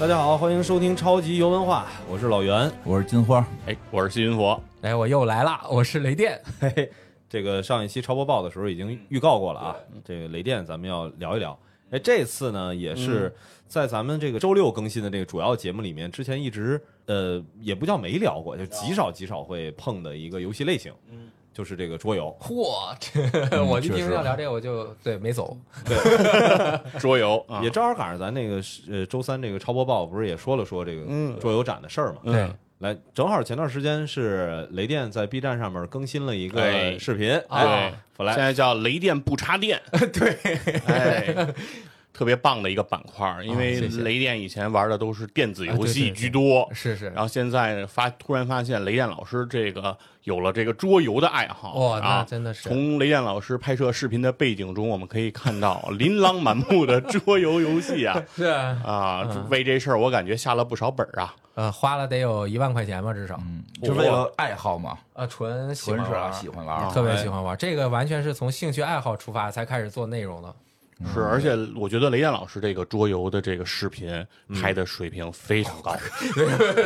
大家好，欢迎收听超级游文化，我是老袁。我是金花，哎，我是西云佛，哎，我又来了，我是雷电。嘿嘿，这个上一期超播报的时候已经预告过了啊，这个雷电咱们要聊一聊。哎，这次呢也是在咱们这个周六更新的这个主要节目里面，之前一直呃也不叫没聊过，就极少极少会碰的一个游戏类型，就是这个桌游。嚯，这 我就确因实为要聊这个，我就对没走。桌游啊也，正好赶上咱那个是呃周三这个超播报不是也说了说这个嗯桌游展的事儿嘛，嗯对来，正好前段时间是雷电在 B 站上面更新了一个哎视频，啊哎，本现来在叫雷电不插电， 对，哎，特别棒的一个板块儿，因为啊谢谢雷电以前玩的都是电子啊游对戏对对居多，是是然，后现在发突然发现雷电老师这个有了这个桌游的爱好，哇，那啊。真的是从雷电老师拍摄视频的背景中，我们可以看到 琳琅满目的桌游游戏啊是啊，啊嗯！为这事儿，我感觉下了不少本儿啊。呃，花了得有一万块钱吧，至少嗯，就为了爱好嘛，啊，纯喜纯欢是啊玩，喜欢玩儿，啊特别哎喜欢玩。这个完全是从兴趣爱好出发才开始做内容的。 嗯是，而且我觉得雷电老师这个桌游的这个视频嗯拍的水平非常 高，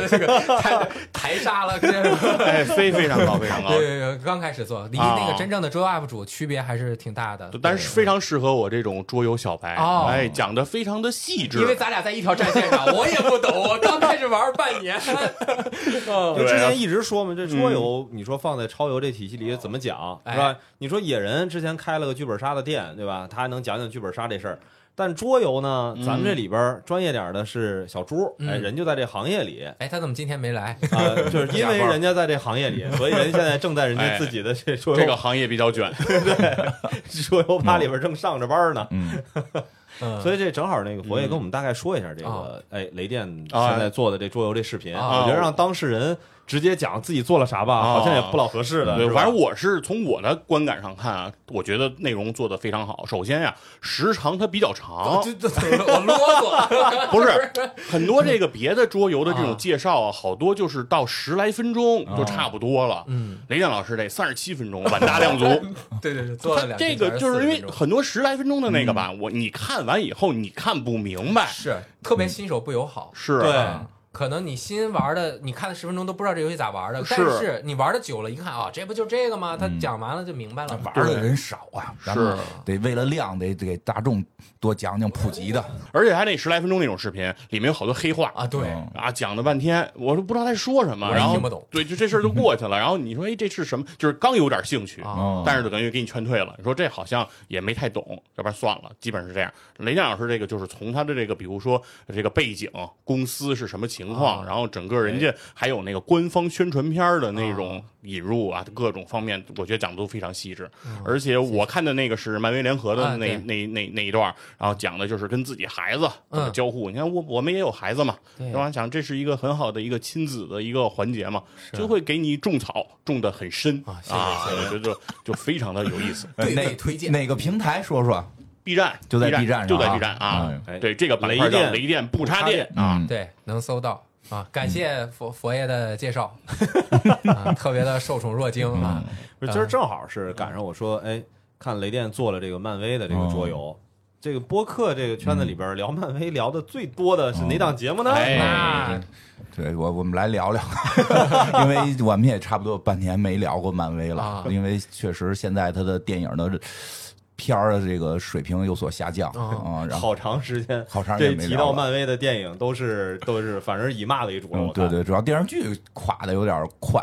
这个太台杀了，这个哎，非非常高，非常高对。对对，刚开始做，离那啊个真正的桌游 UP 主区别还是挺大的。但是非常适合我这种桌游小白，哦哎，讲的非常的细致，因为咱俩在一条战线上，我也不懂，我刚开始玩半年。因为哦之前一直说嘛，这桌游你说放在超游这体系里怎么讲哎是吧？你说野人之前开了个剧本杀的店，对吧？他还能讲讲剧本杀这事儿。但桌游呢，咱们这里边儿专业点儿的是小猪，嗯哎，人就在这行业里哎，他怎么今天没来？啊，就是因为人家在这行业里，所以人现在正在人家自己的这桌游这个行业比较卷，桌游趴里边正上着班呢。嗯，嗯，所以这正好那个佛爷跟我们大概说一下这嗯个啊，哎，雷电啊现在做的这桌游这视频，啊我觉得让当事人直接讲自己做了啥吧，啊好像也不老合适的。对，是吧反正我是从我的观感上看啊，我觉得内容做的非常好。首先呀、时长它比较 长，哦这这我啰嗦。不是很多这个别的桌游的这啊种介绍啊，好多就是到十来分钟就哦差不多了。嗯，雷电老师这三十七分钟，碗大 量足。对对对，做他了两这期个就是因为24分钟嗯很多十来分钟的那个吧，我你看完以后你看不明白，是特别新手不友好。是对嗯可能你新玩的，你看了十分钟都不知道这游戏咋玩的，是但是你玩的久了，一看啊，这不就这个吗？他讲完了就明白了。玩儿的人少啊，咱们得为了量，得得给大众多讲讲普及的，而且他那十来分钟那种视频里面有好多黑话啊，对，嗯啊，讲了半天，我都不知道在说什么，我也然后听不懂对，就这事儿就过去了。然后你说，哎，这是什么？就是刚有点兴趣，啊嗯，但是就等于给你劝退了。你说这好像也没太懂，要不然算了，基本是这样。雷电老师这个就是从他的这个，比如说这个背景、公司是什么情况，啊然后整个人家还有那个官方宣传片儿的那哦种引入啊，各种方面，我觉得讲的都非常细致。而且我看的那个是漫威联合的嗯啊那、对那那那一段儿，然后讲的就是跟自己孩子怎么嗯交互。你看我我们也有孩子嘛，对然后想这是一个很好的一个亲子的一个环节嘛，就会给你种草种的很深啊谢谢啊，我觉得就非常的有意思。哎对哪位推荐哪个平台说说？ B 站就在 B B 站上就在啊 B 站啊，哎对这个板块雷电叫雷电不插电啊，嗯，对，能搜到啊。感谢佛佛爷的介 绍，啊特别的受宠若惊啊。嗯不是今儿正好是赶上我说，哎，看雷电做了这个漫威的这个桌哦游，这个播客这个圈子里边聊漫威聊的最多的是哪档节哦目呢？嗯哎那对我我们来聊 聊，因为我们也差不多半年没聊过漫威了啊，因为确实现在他的电影的片儿的这个水平有所下降哦啊，然后好长时间，好长时这间没提聊到了漫威的电影都是都是，反正以骂为主了。嗯我，看对对，主要电视剧垮的有点快，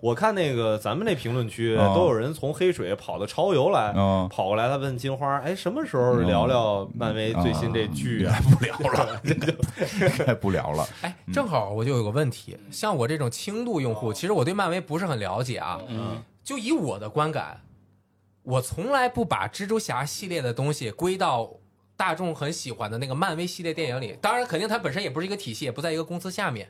我看那个咱们那评论区哦都有人从黑水跑到潮游来， 嗯跑过来他问金花，哎，什么时哦候聊聊漫威最新嗯这剧啊？不聊了，太不聊了。哎，正好我就有个问题，像我这种轻度用户，其实我对漫威不是很了解啊。嗯，就以我的观感，我从来不把蜘蛛侠系列的东西归到大众很喜欢的那个漫威系列电影里。当然，肯定它本身也不是一个体系，也不在一个公司下面。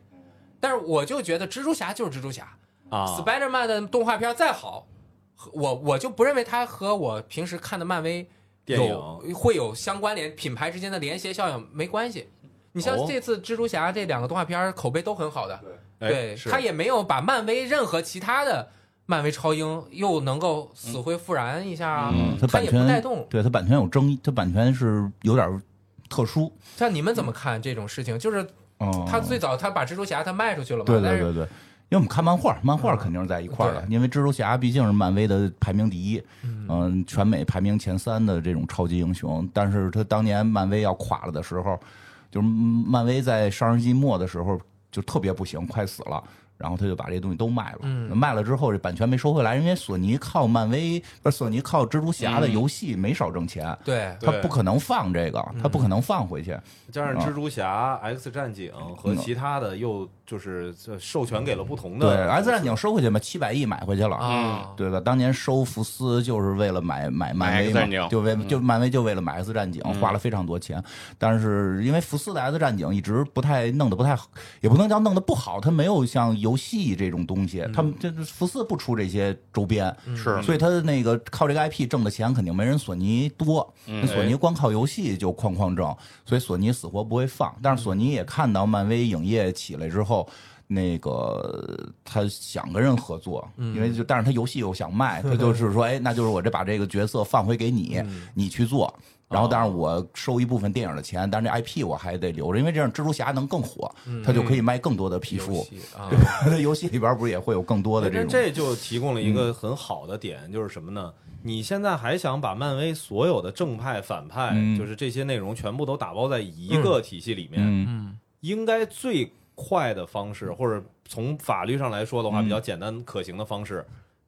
但是我就觉得蜘蛛侠就是蜘蛛侠、啊 s p i d e r m a n 的动画片再好，和我我就不认为它和我平时看的漫威电影有会有相关联，品牌之间的连携效应没关系。你像哦这次蜘蛛侠这两个动画片儿口碑都很好的，哎对是他也没有把漫威任何其他的漫威超英又能够死灰复燃一下啊，它他版也权不带动对它版权有争议，它版权是有点特殊。像你们怎么看这种事情？就是嗯，哦他最早他把蜘蛛侠他卖出去了嘛，对但对是对对，因为我们看漫画，漫画肯定是在一块儿的，嗯对因为蜘蛛侠毕竟是漫威的排名第一，嗯、全美排名前三的这种超级英雄。但是他当年漫威要垮了的时候，就是漫威在上世纪末的时候就特别不行，快死了。然后他就把这些东西都卖了，嗯卖了之后这版权没收回来，因为索尼靠漫威不是索尼靠蜘蛛侠的嗯游戏没少挣钱，对他对不可能放这个，他不可能放回去。加啊上蜘蛛侠、X 战警嗯和其他的，又就是呃授权给了不同的对，X 战警收回去吧，七百亿买回去了啊，对吧？当年收福斯就是为了买买漫威 X 战警嘛，就为就漫威就为了买 X 战警花了非常多钱，但是因为福斯的 X 战警一直不太弄得不太好，也不能叫弄得不好，它没有像游戏这种东西，他们这这福斯不出这些周边，是嗯所以他那个靠这个 IP 挣的钱肯定没人索尼多，嗯那索哎尼光靠游戏就哐哐挣，所以索尼死活不会放。但是索尼也看到漫威影业起来之后。那个他想跟人合作，嗯因为就但是他游戏又想 卖，他就是说，哎，那就是我这把这个角色放回给你，嗯你去啊做，然后但是我收一部分电影的钱，但是这 IP 我还得留着，因为这样蜘蛛侠能更火，他就可以卖更多的皮嗯游 肤。戏哎啊，他游戏里边不是也会有更多的这哎这种？嗯这就提供了一个很好的点，就是什么呢？你现在还想把漫威所有的正派、反派，嗯就是这些内容全部都打包在一个体系里面，嗯应该最快的方式，或者从法律上来说的话，嗯比较简单可行的方式。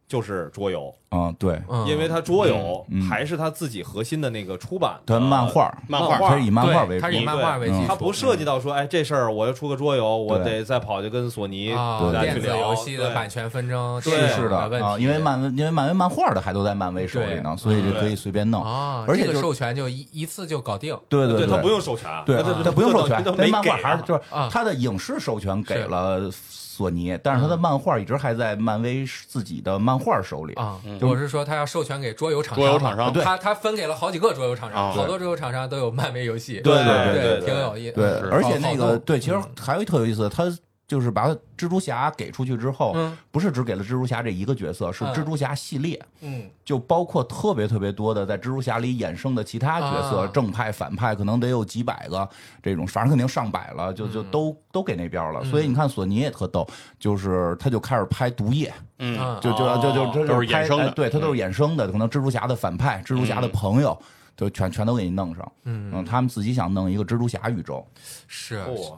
就是桌游，啊，对，嗯因为他桌游嗯嗯还是他自己核心的那个出版他的漫画儿，漫呃漫画画他是以漫画为对主他。是以漫画为基础，它不涉及到说，哎，这事儿我要出个桌游，我嗯对得再跑去跟索尼啊大家电去子聊游戏的版权纷争，对是对是的问啊，题，因为漫威，因为漫威漫画的还都在漫威手里呢，所以就可以随便弄。啊，而且这就个是授权就一一次就搞定，对对，对，他不用授权，对，啊他他不用授权，他但没漫给画还是就是啊他的影视授权给了索尼，但是嗯他的漫画一直还在漫威自己的漫画手里。啊，就我是说他要授权给桌游厂商嗯桌嘛，游厂商对他他分给了好几个桌游厂商，啊好多桌游厂商都有漫威游戏，对对对对对挺有意思，对嗯，而且那好个好对，其实还有一特有意思，他就是把蜘蛛侠给出去之后嗯，不是只给了蜘蛛侠这一个角色，是蜘蛛侠系列。嗯就包括特别特别多的在蜘蛛侠里衍生的其他角色，啊正派、反派，可能得有几百个这种，反正肯定上百了，嗯就就都、都给那边了。所以你看索尼也特逗，就是他就开始拍《毒液》嗯，嗯就就就就就都是是拍衍生的哎对，他都是衍生的，可能蜘蛛侠的反派、蜘蛛侠的朋友，就全全都给你弄上。嗯，嗯，他们自己想弄一个蜘蛛侠宇 宙，是，嚯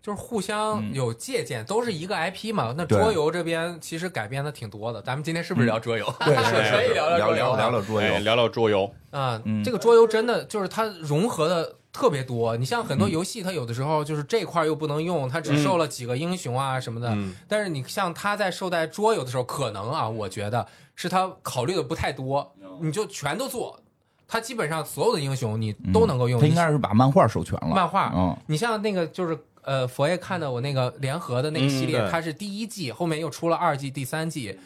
就是互相有借鉴，都是一个 IP 嘛。那嗯对嗯桌游这边其实改编的挺多的，咱们今天是不是聊桌游？对， 是可以聊聊桌游啊，聊聊桌游哎，，聊聊桌游，啊嗯，这个桌游真的就是它融合的特别多。你像嗯很多游戏，它有的时候就是这块儿又不能用，它只受了几个英雄啊什么的。嗯但是你像它在受在桌游的时候，可能啊，我觉得是它考虑的不太多，你就全都做。它基本上所有的英雄你都能够用。他嗯应该是把漫画授权了，漫画，嗯，你像那个就是呃，佛爷看的我那个联合的那个系列，嗯对它是第一季，后面又出了二季、第三季。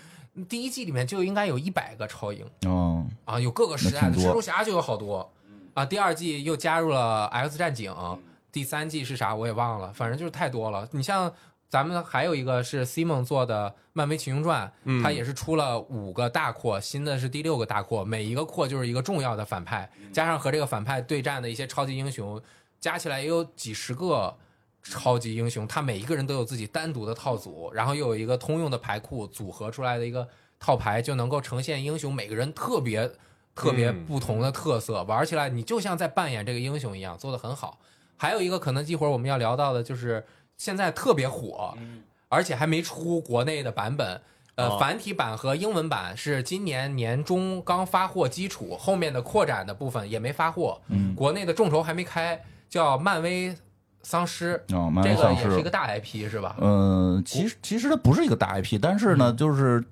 第一季里面就应该有一百个超英哦，啊，有各个时代的那挺多蜘蛛侠就有好多啊。第二季又加入了 X 战警，第三季是啥我也忘了，反正就是太多了。你像咱们还有一个是 Simon 做的《漫威群雄传》，它也是出了五个大扩，新的是第六个大扩，每一个扩就是一个重要的反派，加上和这个反派对战的一些超级英雄，加起来也有几十个超级英雄，他每一个人都有自己单独的套组，然后又有一个通用的牌库组合出来的一个套牌，就能够呈现英雄每个人特别特别嗯不同的特色，玩起来你就像在扮演这个英雄一样，做的很好。还有一个可能一会儿我们要聊到的就是现在特别火，而且还没出国内的版本。呃，哦繁体版和英文版是今年年中刚发货基础，后面的扩展的部分也没发货。嗯国内的众筹还没开，叫漫威丧尸，哦，漫这威个丧也是尸一个大 IP 是吧？嗯，其实其实它不是一个大 IP，但是呢，就是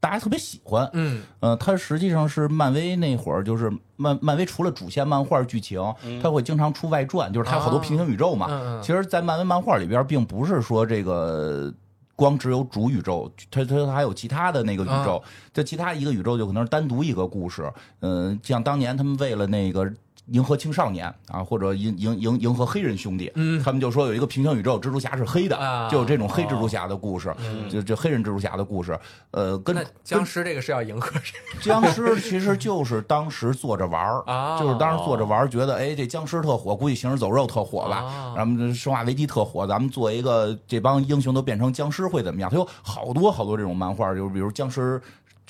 大家特别喜欢。嗯，呃，它实际上是漫威那会儿，就是漫漫威除了主线漫画剧情，它会经常出外传，就是它有好多嗯啊平行宇宙嘛。嗯嗯其实，在漫威漫画里边，并不是说这个光只有主宇宙，它它还有其他的那个宇嗯宙，这、其他一个宇宙就可能是单独一个故事。嗯、像当年他们为了那个。迎合青少年啊，或者迎迎迎迎合黑人兄弟，嗯他们就说有一个平行宇宙，蜘蛛侠是黑的，啊就有这种黑蜘蛛侠的故事，嗯就就黑人蜘蛛侠的故事，呃，跟那僵尸这个是要 迎合谁？僵尸其实就是当时坐着玩 儿啊就是当时坐着玩儿，觉得哎这僵尸特火，估计行尸走肉特火吧啊，咱们这生化危机特火，咱们做一个这帮英雄都变成僵尸会怎么样？它有好多好多这种漫画，就是比如僵尸。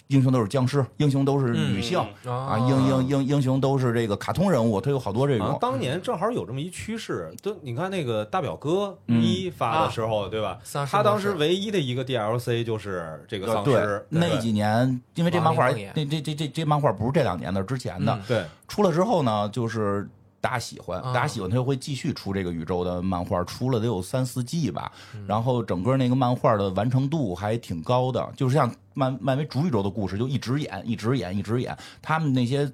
英雄都是僵尸，英雄都是女性、嗯啊，哦啊英英英英雄都是这个卡通人物，它有好多这好种像。当年正好有这么一趋势，就你看那个大表哥嗯一发的时候，啊对吧丧？尸他当模式时唯一的一个 DLC 就是这个丧对尸，，那几年因为这漫亡画，灵梦魇那这这这这漫画不是这两年的，是之前的。嗯对出了之后呢，就是大家喜欢，啊大家喜欢，他就会继续出这个宇宙的漫画，出了得有三四季吧。嗯然后整个那个漫画的完成度还挺高的，就是像漫漫威主宇宙的故事，就一直演，一直演，一直演。他们那些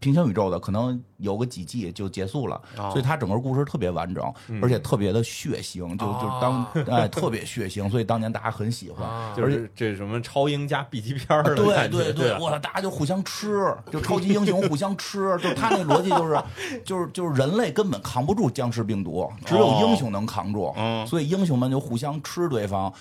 平行宇宙的，可能有个几季就结束了，哦所以它整个故事特别完整，而且特别的血腥，就就嗯哦当哎特别血腥，所以当年大家很喜欢。啊对，就是这什么超英加 B 级片儿的对感觉对对对，吧我操，大家就互相吃，就超级英雄互相吃，就他那逻辑就是，就是就是人类根本扛不住僵尸病毒，只有英雄能扛住，嗯所以英雄们就互相吃对方，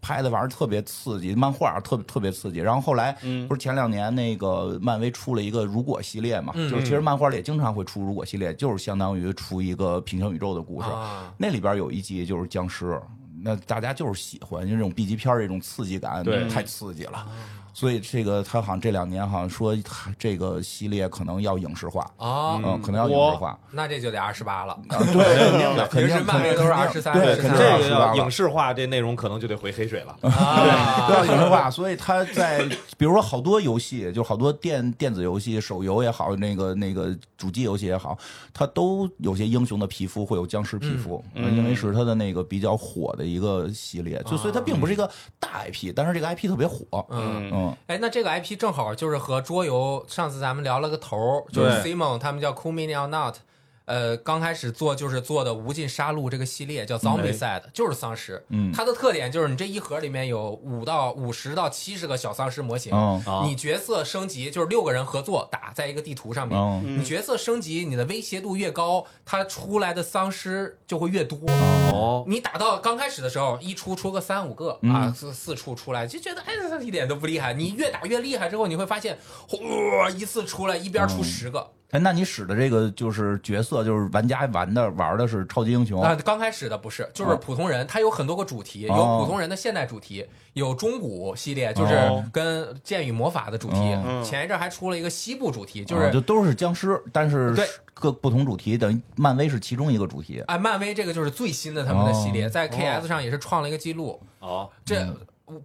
拍的玩意儿特别刺激，漫画儿特别特别刺激。然后后来、不是前两年那个漫威出了一个如果系列嘛，就是其实漫画里也经常会出如果系列，就是相当于出一个平行宇宙的故事，啊那里边有一集就是僵尸，那大家就是喜欢，因为这种 B 级片儿这种刺激感对太刺激哦了，所以这个他好像这两年好像说他这个系列可能要影视化，啊，嗯，可能要影视化。那这就得二十八了。啊对，肯定的，平肯时定漫威都是肯定23对， 23肯定这个是吧要影视化，这内容可能就得回黑水了。啊都要影视化，所以他在比如说好多游戏，就好多电电子游戏、手游也好，那个那个主机游戏也好，它都有些英雄的皮肤会有僵尸皮肤，嗯因为是它的那个比较火的一个系列，就所以它并不是一个大 IP，但是这个 IP 特别火，嗯嗯，哎，那这个 IP 正好就是和桌游，上次咱们聊了个头儿，就是 Simon 他们叫 Cool Mini or Not，呃，刚开始做就是做的《无尽杀戮》这个系列叫 Zombie Side，、就是丧尸。嗯它的特点就是你这一盒里面有五到五十到七十个小丧尸模型，嗯你角色升级就是六个人合作打在一个地图上面，嗯你角色升级，你的威胁度越高，它出来的丧尸就会越多。哦，你打到刚开始的时候，一出出个三五个、嗯啊，四四出出来就觉得哎，这一点都不厉害。你越打越厉害之后，你会发现，哗、一次出来一边出十个、哎，那你使的这个就是角色，就是玩家玩的玩的是超级英雄，啊。刚开始的不是，就是普通人，他有很多个主题，有哦普通人的现代主题，有中古系列，就是哦跟剑与魔法的主题。哦前一阵还出了一个西部主题，就。就是啊就都是僵尸，但是对各不同主题，等于漫威是其中一个主题，哎，漫威这个就是最新的他们的系列，哦嗯在 KS 上也是创了一个记录。哦，这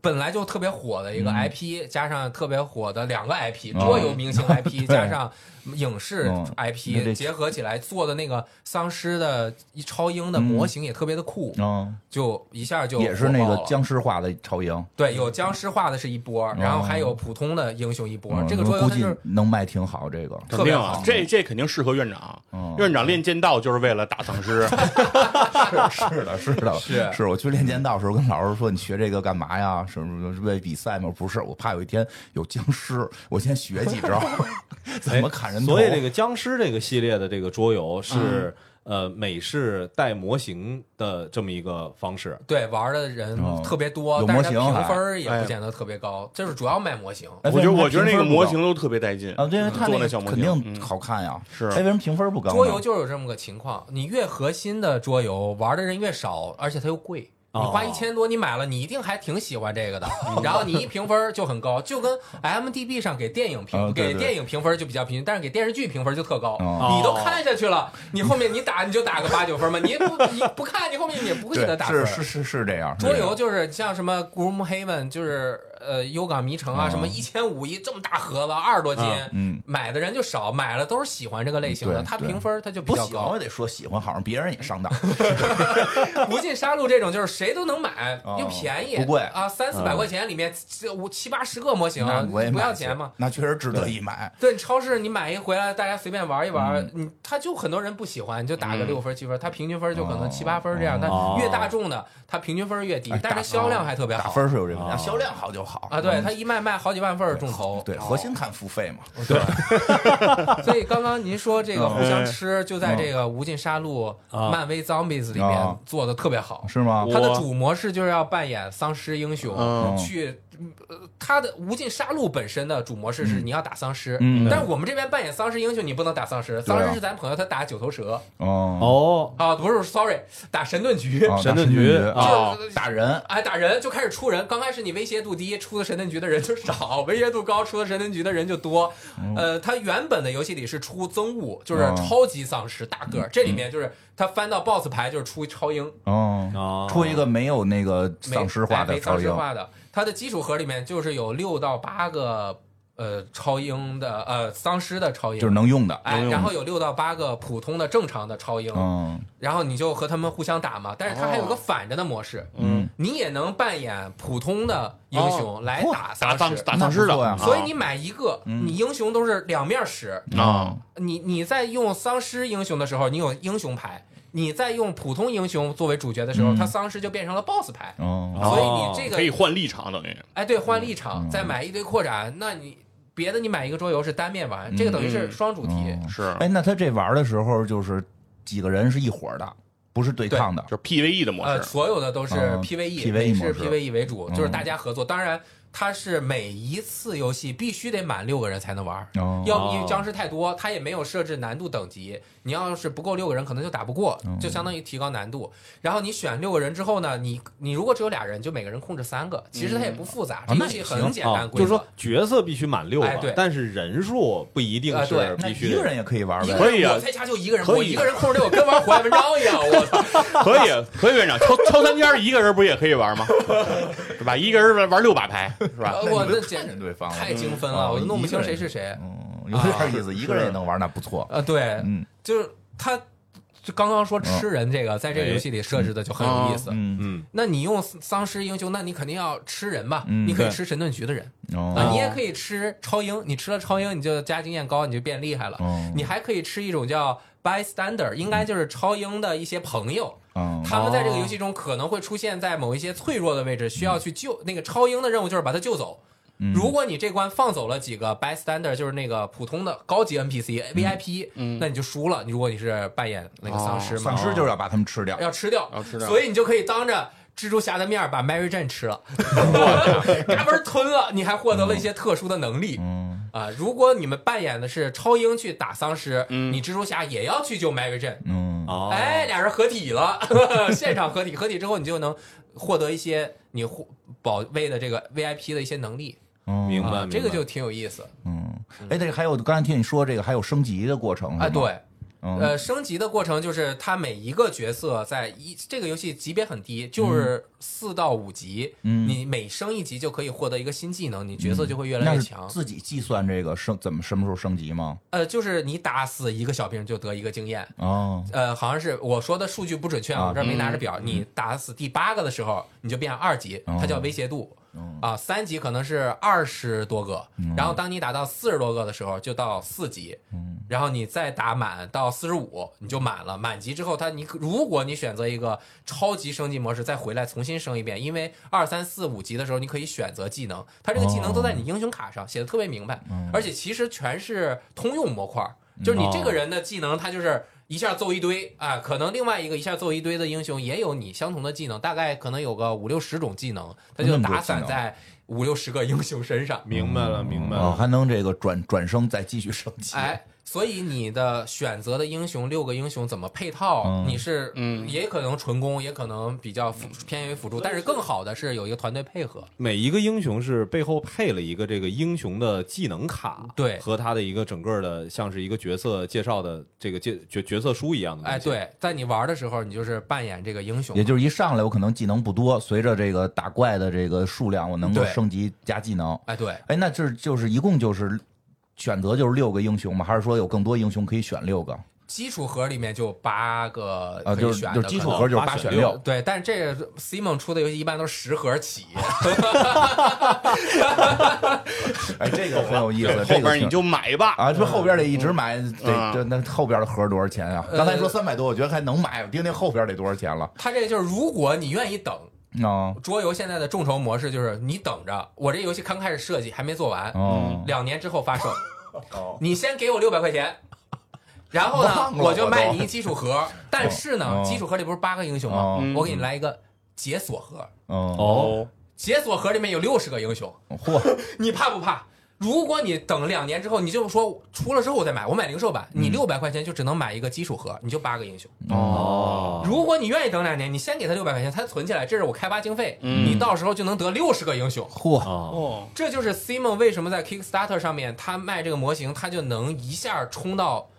本来就特别火的一个 IP，、加上特别火的两个 IP，、哦桌游明 星 IP 对加上影视嗯那 IP、这结合起来做的那个丧尸的一超英的模型也特别的酷，嗯，就一下就也是那火个爆了僵哦尸化的超英。对有僵尸化的是一波，然后还有普通的英雄一波。嗯这个桌游估它计是能卖挺好，这 个特别好，这这肯定适合院长嗯。院长练剑道就是为了打丧 尸，是的，是的，是是。我去练剑道的时候跟老师说：“你学这个干嘛呀？什么是为比赛吗？”不是，我怕有一天有僵尸，我先学几招， 怎么砍人头。哎所以这个僵尸这个系列的这个桌游是呃美式带模型的这么一个方式。对玩的人哦特别多，有但模是它型评还分儿也哎不见得特别高，就是主要卖模型。哎，我觉得我觉得那个模为什型么都特别带评劲分不高啊，对，因为他做那个小模肯型定嗯好看呀。是哎，为什么评分不高呢？桌游就是有这么个情况，你越核心的桌游玩的人越少，而且它又贵。你哦花一千多，你买了，你一定还挺喜 欢这个的，嗯然后你一评分就很高，就跟 m d b 上给电影评、啊对对给电影评分就比较平均，但是给电视剧评分就特高。哦你都看下去了，你后面你打你就打个八九分嘛，你也不你不看，你后面也不会给他打分。对，是是是是这样。桌游就是像什么 Groom Haven，就是呃幽港迷城啊，嗯什么一千五一这么大盒子，二十多斤，嗯买的人就少，买了都是喜欢这个类型的，对他对评分他就比不较喜欢高我。也得说喜欢，好像别人也上当。无尽杀戮这种就是谁都能买哦，又便宜，不贵嗯啊，三四百块钱里面这五七八十个模型那，我也不买要去钱嘛。那确实值得一买。对，超市你买一回来，大家随便玩一嗯玩，你他就很多人不喜欢，你就打个六分七分，他平均分就可能七八分这样。但哦越大众的，他平均分越低哎，但是打嗯销量还特别打好。分是有这个问题，哦销量好就好嗯啊，对哦他一卖卖好几万份儿众筹，对，核心看付费嘛， 所以刚刚您说这个互相吃，就在这个《无尽杀戮》啊漫威 Zombies 里啊面做的特别好。是吗？我他的主模式就是要扮演丧尸英雄，嗯去呃他的《无尽杀戮》本身的主模式是你要打丧尸，嗯啊但是我们这边扮演丧尸英雄，你不能打丧尸，丧尸是咱朋友，他打九头蛇哦，哦，啊，不是，sorry，打神盾局，哦神盾局打啊就打人，哎，打人就开始出人。刚开始你威胁度低，出的神盾局的人就少；威胁度高，出的神盾局的人就多。嗯呃，它原本的游戏里是出增物，就是哦超级丧尸大个嗯儿，这里面就是他翻到 BOSS 牌就是出超英，哦，啊，出一个没有那个没丧尸化哎的没超丧尸英，化的。它的基础盒里面就是有六到八个呃超英的呃丧尸的超英，就是能用的，哎能，用然后有六到八个普通的正常的超英，嗯然后你就和他们互相打嘛。但是它还有哦个反着的模式，嗯，你也能扮演普通的英哦雄来打嗯打丧丧尸。打丧尸那的不错呀，所以你买一个，嗯你英雄都是两面使。啊，你你在用丧尸英雄的时候，你有英雄牌；你在用普通英雄作为主角的时候，嗯他丧尸就变成了 BOSS 牌。哦，嗯所以你这可以个，换立场等于哎，对，换立场，再买一堆扩展，那你别的你买一个桌游是单面玩，这个等于是双主题。嗯是哎，那他这玩的时候就是几个人是一伙儿的，不是对抗的就是 PVE 的模呃，式，所有的都是啊 PVE， PVE 美式模式 PVE 为主，嗯就是大家合作。当然，它是每一次游戏必须得满六个人才能玩儿，哦要不因为僵尸太多，它也没有设置难度等级。你要是不够六个人，可能就打不过，就相当于提高难度。然后你选六个人之后呢，你你如果只有俩人，就每个人控制三个，其实它也不复杂，这游戏很简啊单，就是规说则。角色必须满六哎对个，但是人数不一定啊是对那必须一个人也可以玩一呗，个可以人啊我才掐就一个人，可以我一个人控制六个，跟玩火焰文章一样，我操！可以可以院长敲敲三尖儿一个人不也可以玩吗？ 是吧？一个人玩玩六把牌是吧？那我那你看着简对方了太精分了，嗯我都弄不一清个谁人是谁。嗯，有点意思，一个人也能玩，那不错，呃，对，嗯就是他就刚刚说吃人这个，在这个游戏里设置的就很有意思。嗯嗯那你用丧尸英雄，那你肯定要吃人吧？嗯你可以对吃神盾局的人啊、哦你也可以吃超英，你吃了超英，你就加经验高，你就变厉害了。哦你还可以吃一种叫 bystander，应该就是超英的一些朋友，哦他们在这个游戏中可能会出现在某一些脆弱的位置，需要去救。那个超英的任务就是把他救走。嗯如果你这关放走了几个 bystander，就是那个普通的高级 NPC、VIP，那你就输了。你如果你是扮演那个丧尸嘛，哦丧尸就是要把他们吃掉，要吃掉，要吃掉所以你就可以当着。蜘蛛侠的面儿把 Mary Jane 吃 了，嘎嘣儿吞了，你还获得了一些特殊的能力嗯啊、如果你们扮演的是超英去打丧尸，你蜘蛛侠也要去救 Mary Jane，嗯嗯哦，哎，俩人合体了， 呵呵现场合体，合体之后你就能获得一些你获保卫的这个 VIP 的一些能力嗯明白啊，这个明白就挺有意思嗯，哎，这个还有刚才听你说这个还有升级的过程啊。，是吗对，嗯呃，升级的过程就是它每一个角色在一这个游戏级别很低，就是嗯四到五级，嗯你每升一级就可以获得一个新技能，你角色就会越来那越是强。自己计算这个升怎么什么时候升级吗？呃，就是你打死一个小兵就得一个经验，哦，呃，好像是我说的数据不准确啊，啊我这儿没拿着表。你打死第八个的时候，你就变二级，哦它叫威胁度。啊，三级可能是二十多哦个，然后当你打到四十多个的时候，就到四级，嗯然后你再打满到四十五，你就满了。满级之后，它你如果你选择一个超级升级模式，再回来重新升一遍，因为二三四五级的时候，你可以选择技能，它这个技能都在你英雄卡上写的特别明哦白，嗯而且其实全是通用模块儿，就是你这个人的技能，它就是。一下揍一堆啊！可能另外一个一下揍一堆的英雄也有你相同的技能，大概可能有个五六十种技能，它就那么多打技散能在五六十个英雄身上。明白了明白哦，了，还能这个转转生再继续升级，哎，所以你的选择的英雄六个英雄怎么配套？嗯你是嗯也可能纯攻，也可能比较辅偏于辅助，但是更好的是有一个团队配合。每一个英雄是背后配了一个这个英雄的技能卡，嗯对和他的一个整个的像是一个角色介绍的这个角角角色书一样的东西，哎，对，在你玩的时候，你就是扮演这个英雄嗯也。就是一上来我可能技能不多，随着这个打怪的这个数量，我能够对升级加技能。哎，对，哎，那这就是一共就是选择就是六个英雄吗？还是说有更多英雄可以选六个？基础盒里面就有八个啊，可就以是选就的，是基础可能盒就是八八选选六六，对，但是这个 Simon 出的游戏一般都是十盒起，哎，这个很有意思，后这个边你挺就买吧，啊，这后边得一直买，嗯啊得这那后边的盒多少钱啊？呃刚才说三百多，我觉得还能买，我听听后边得多少钱了。他这个就是如果你愿意等，哦桌游现在的众筹模式就是你等着，我这游戏刚开始设计还没做完，哦，两年之后 发售，你先给我六百块钱，然后呢忘，了我就我都卖你一基 础盒。但是呢哦，基础盒里不是八个英雄吗？哦嗯我给你来一个解锁盒，哦，哦，解锁盒里面有六十个英雄，嚯， 你怕不怕？如果你等两年之后，你就说出了之后我再买，我买零售版，嗯你六百块钱就只能买一个基础盒，你就八个英雄。哦，如果你愿意等两年，你先给他六百块钱，他存起来，这是我开发经费，嗯你到时候就能得六十个英雄。嚯，哦，哦，这就是 Simon 为什么在 Kickstarter 上面他卖这个模型，他就能一下冲到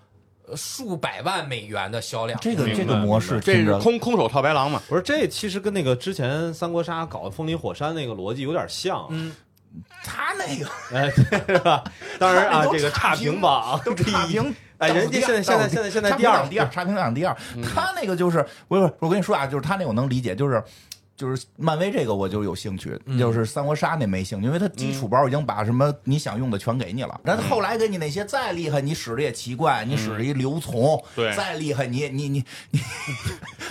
呃数百万美元的销量。这个明白这个模式这听是着空空手套白狼嘛？不是，这其实跟那个之前三国杀搞的风林火山那个逻辑有点像，嗯，他那 个哎，对 吧？当然啊，他们都这个差评榜都差第一，评，哎，倒数人家第二现在现倒在数现在现在差第评二榜第二，差评榜第二，嗯他那个就是我我我跟你说啊，就是他那我能理解，就是。就是漫威这个我就有兴趣，就是三国杀那没兴趣，因为它基础包已经把什么你想用的全给你了。但是后来给你那些再厉害，你使的也奇怪，你使了一刘琮，对再厉害你你你你，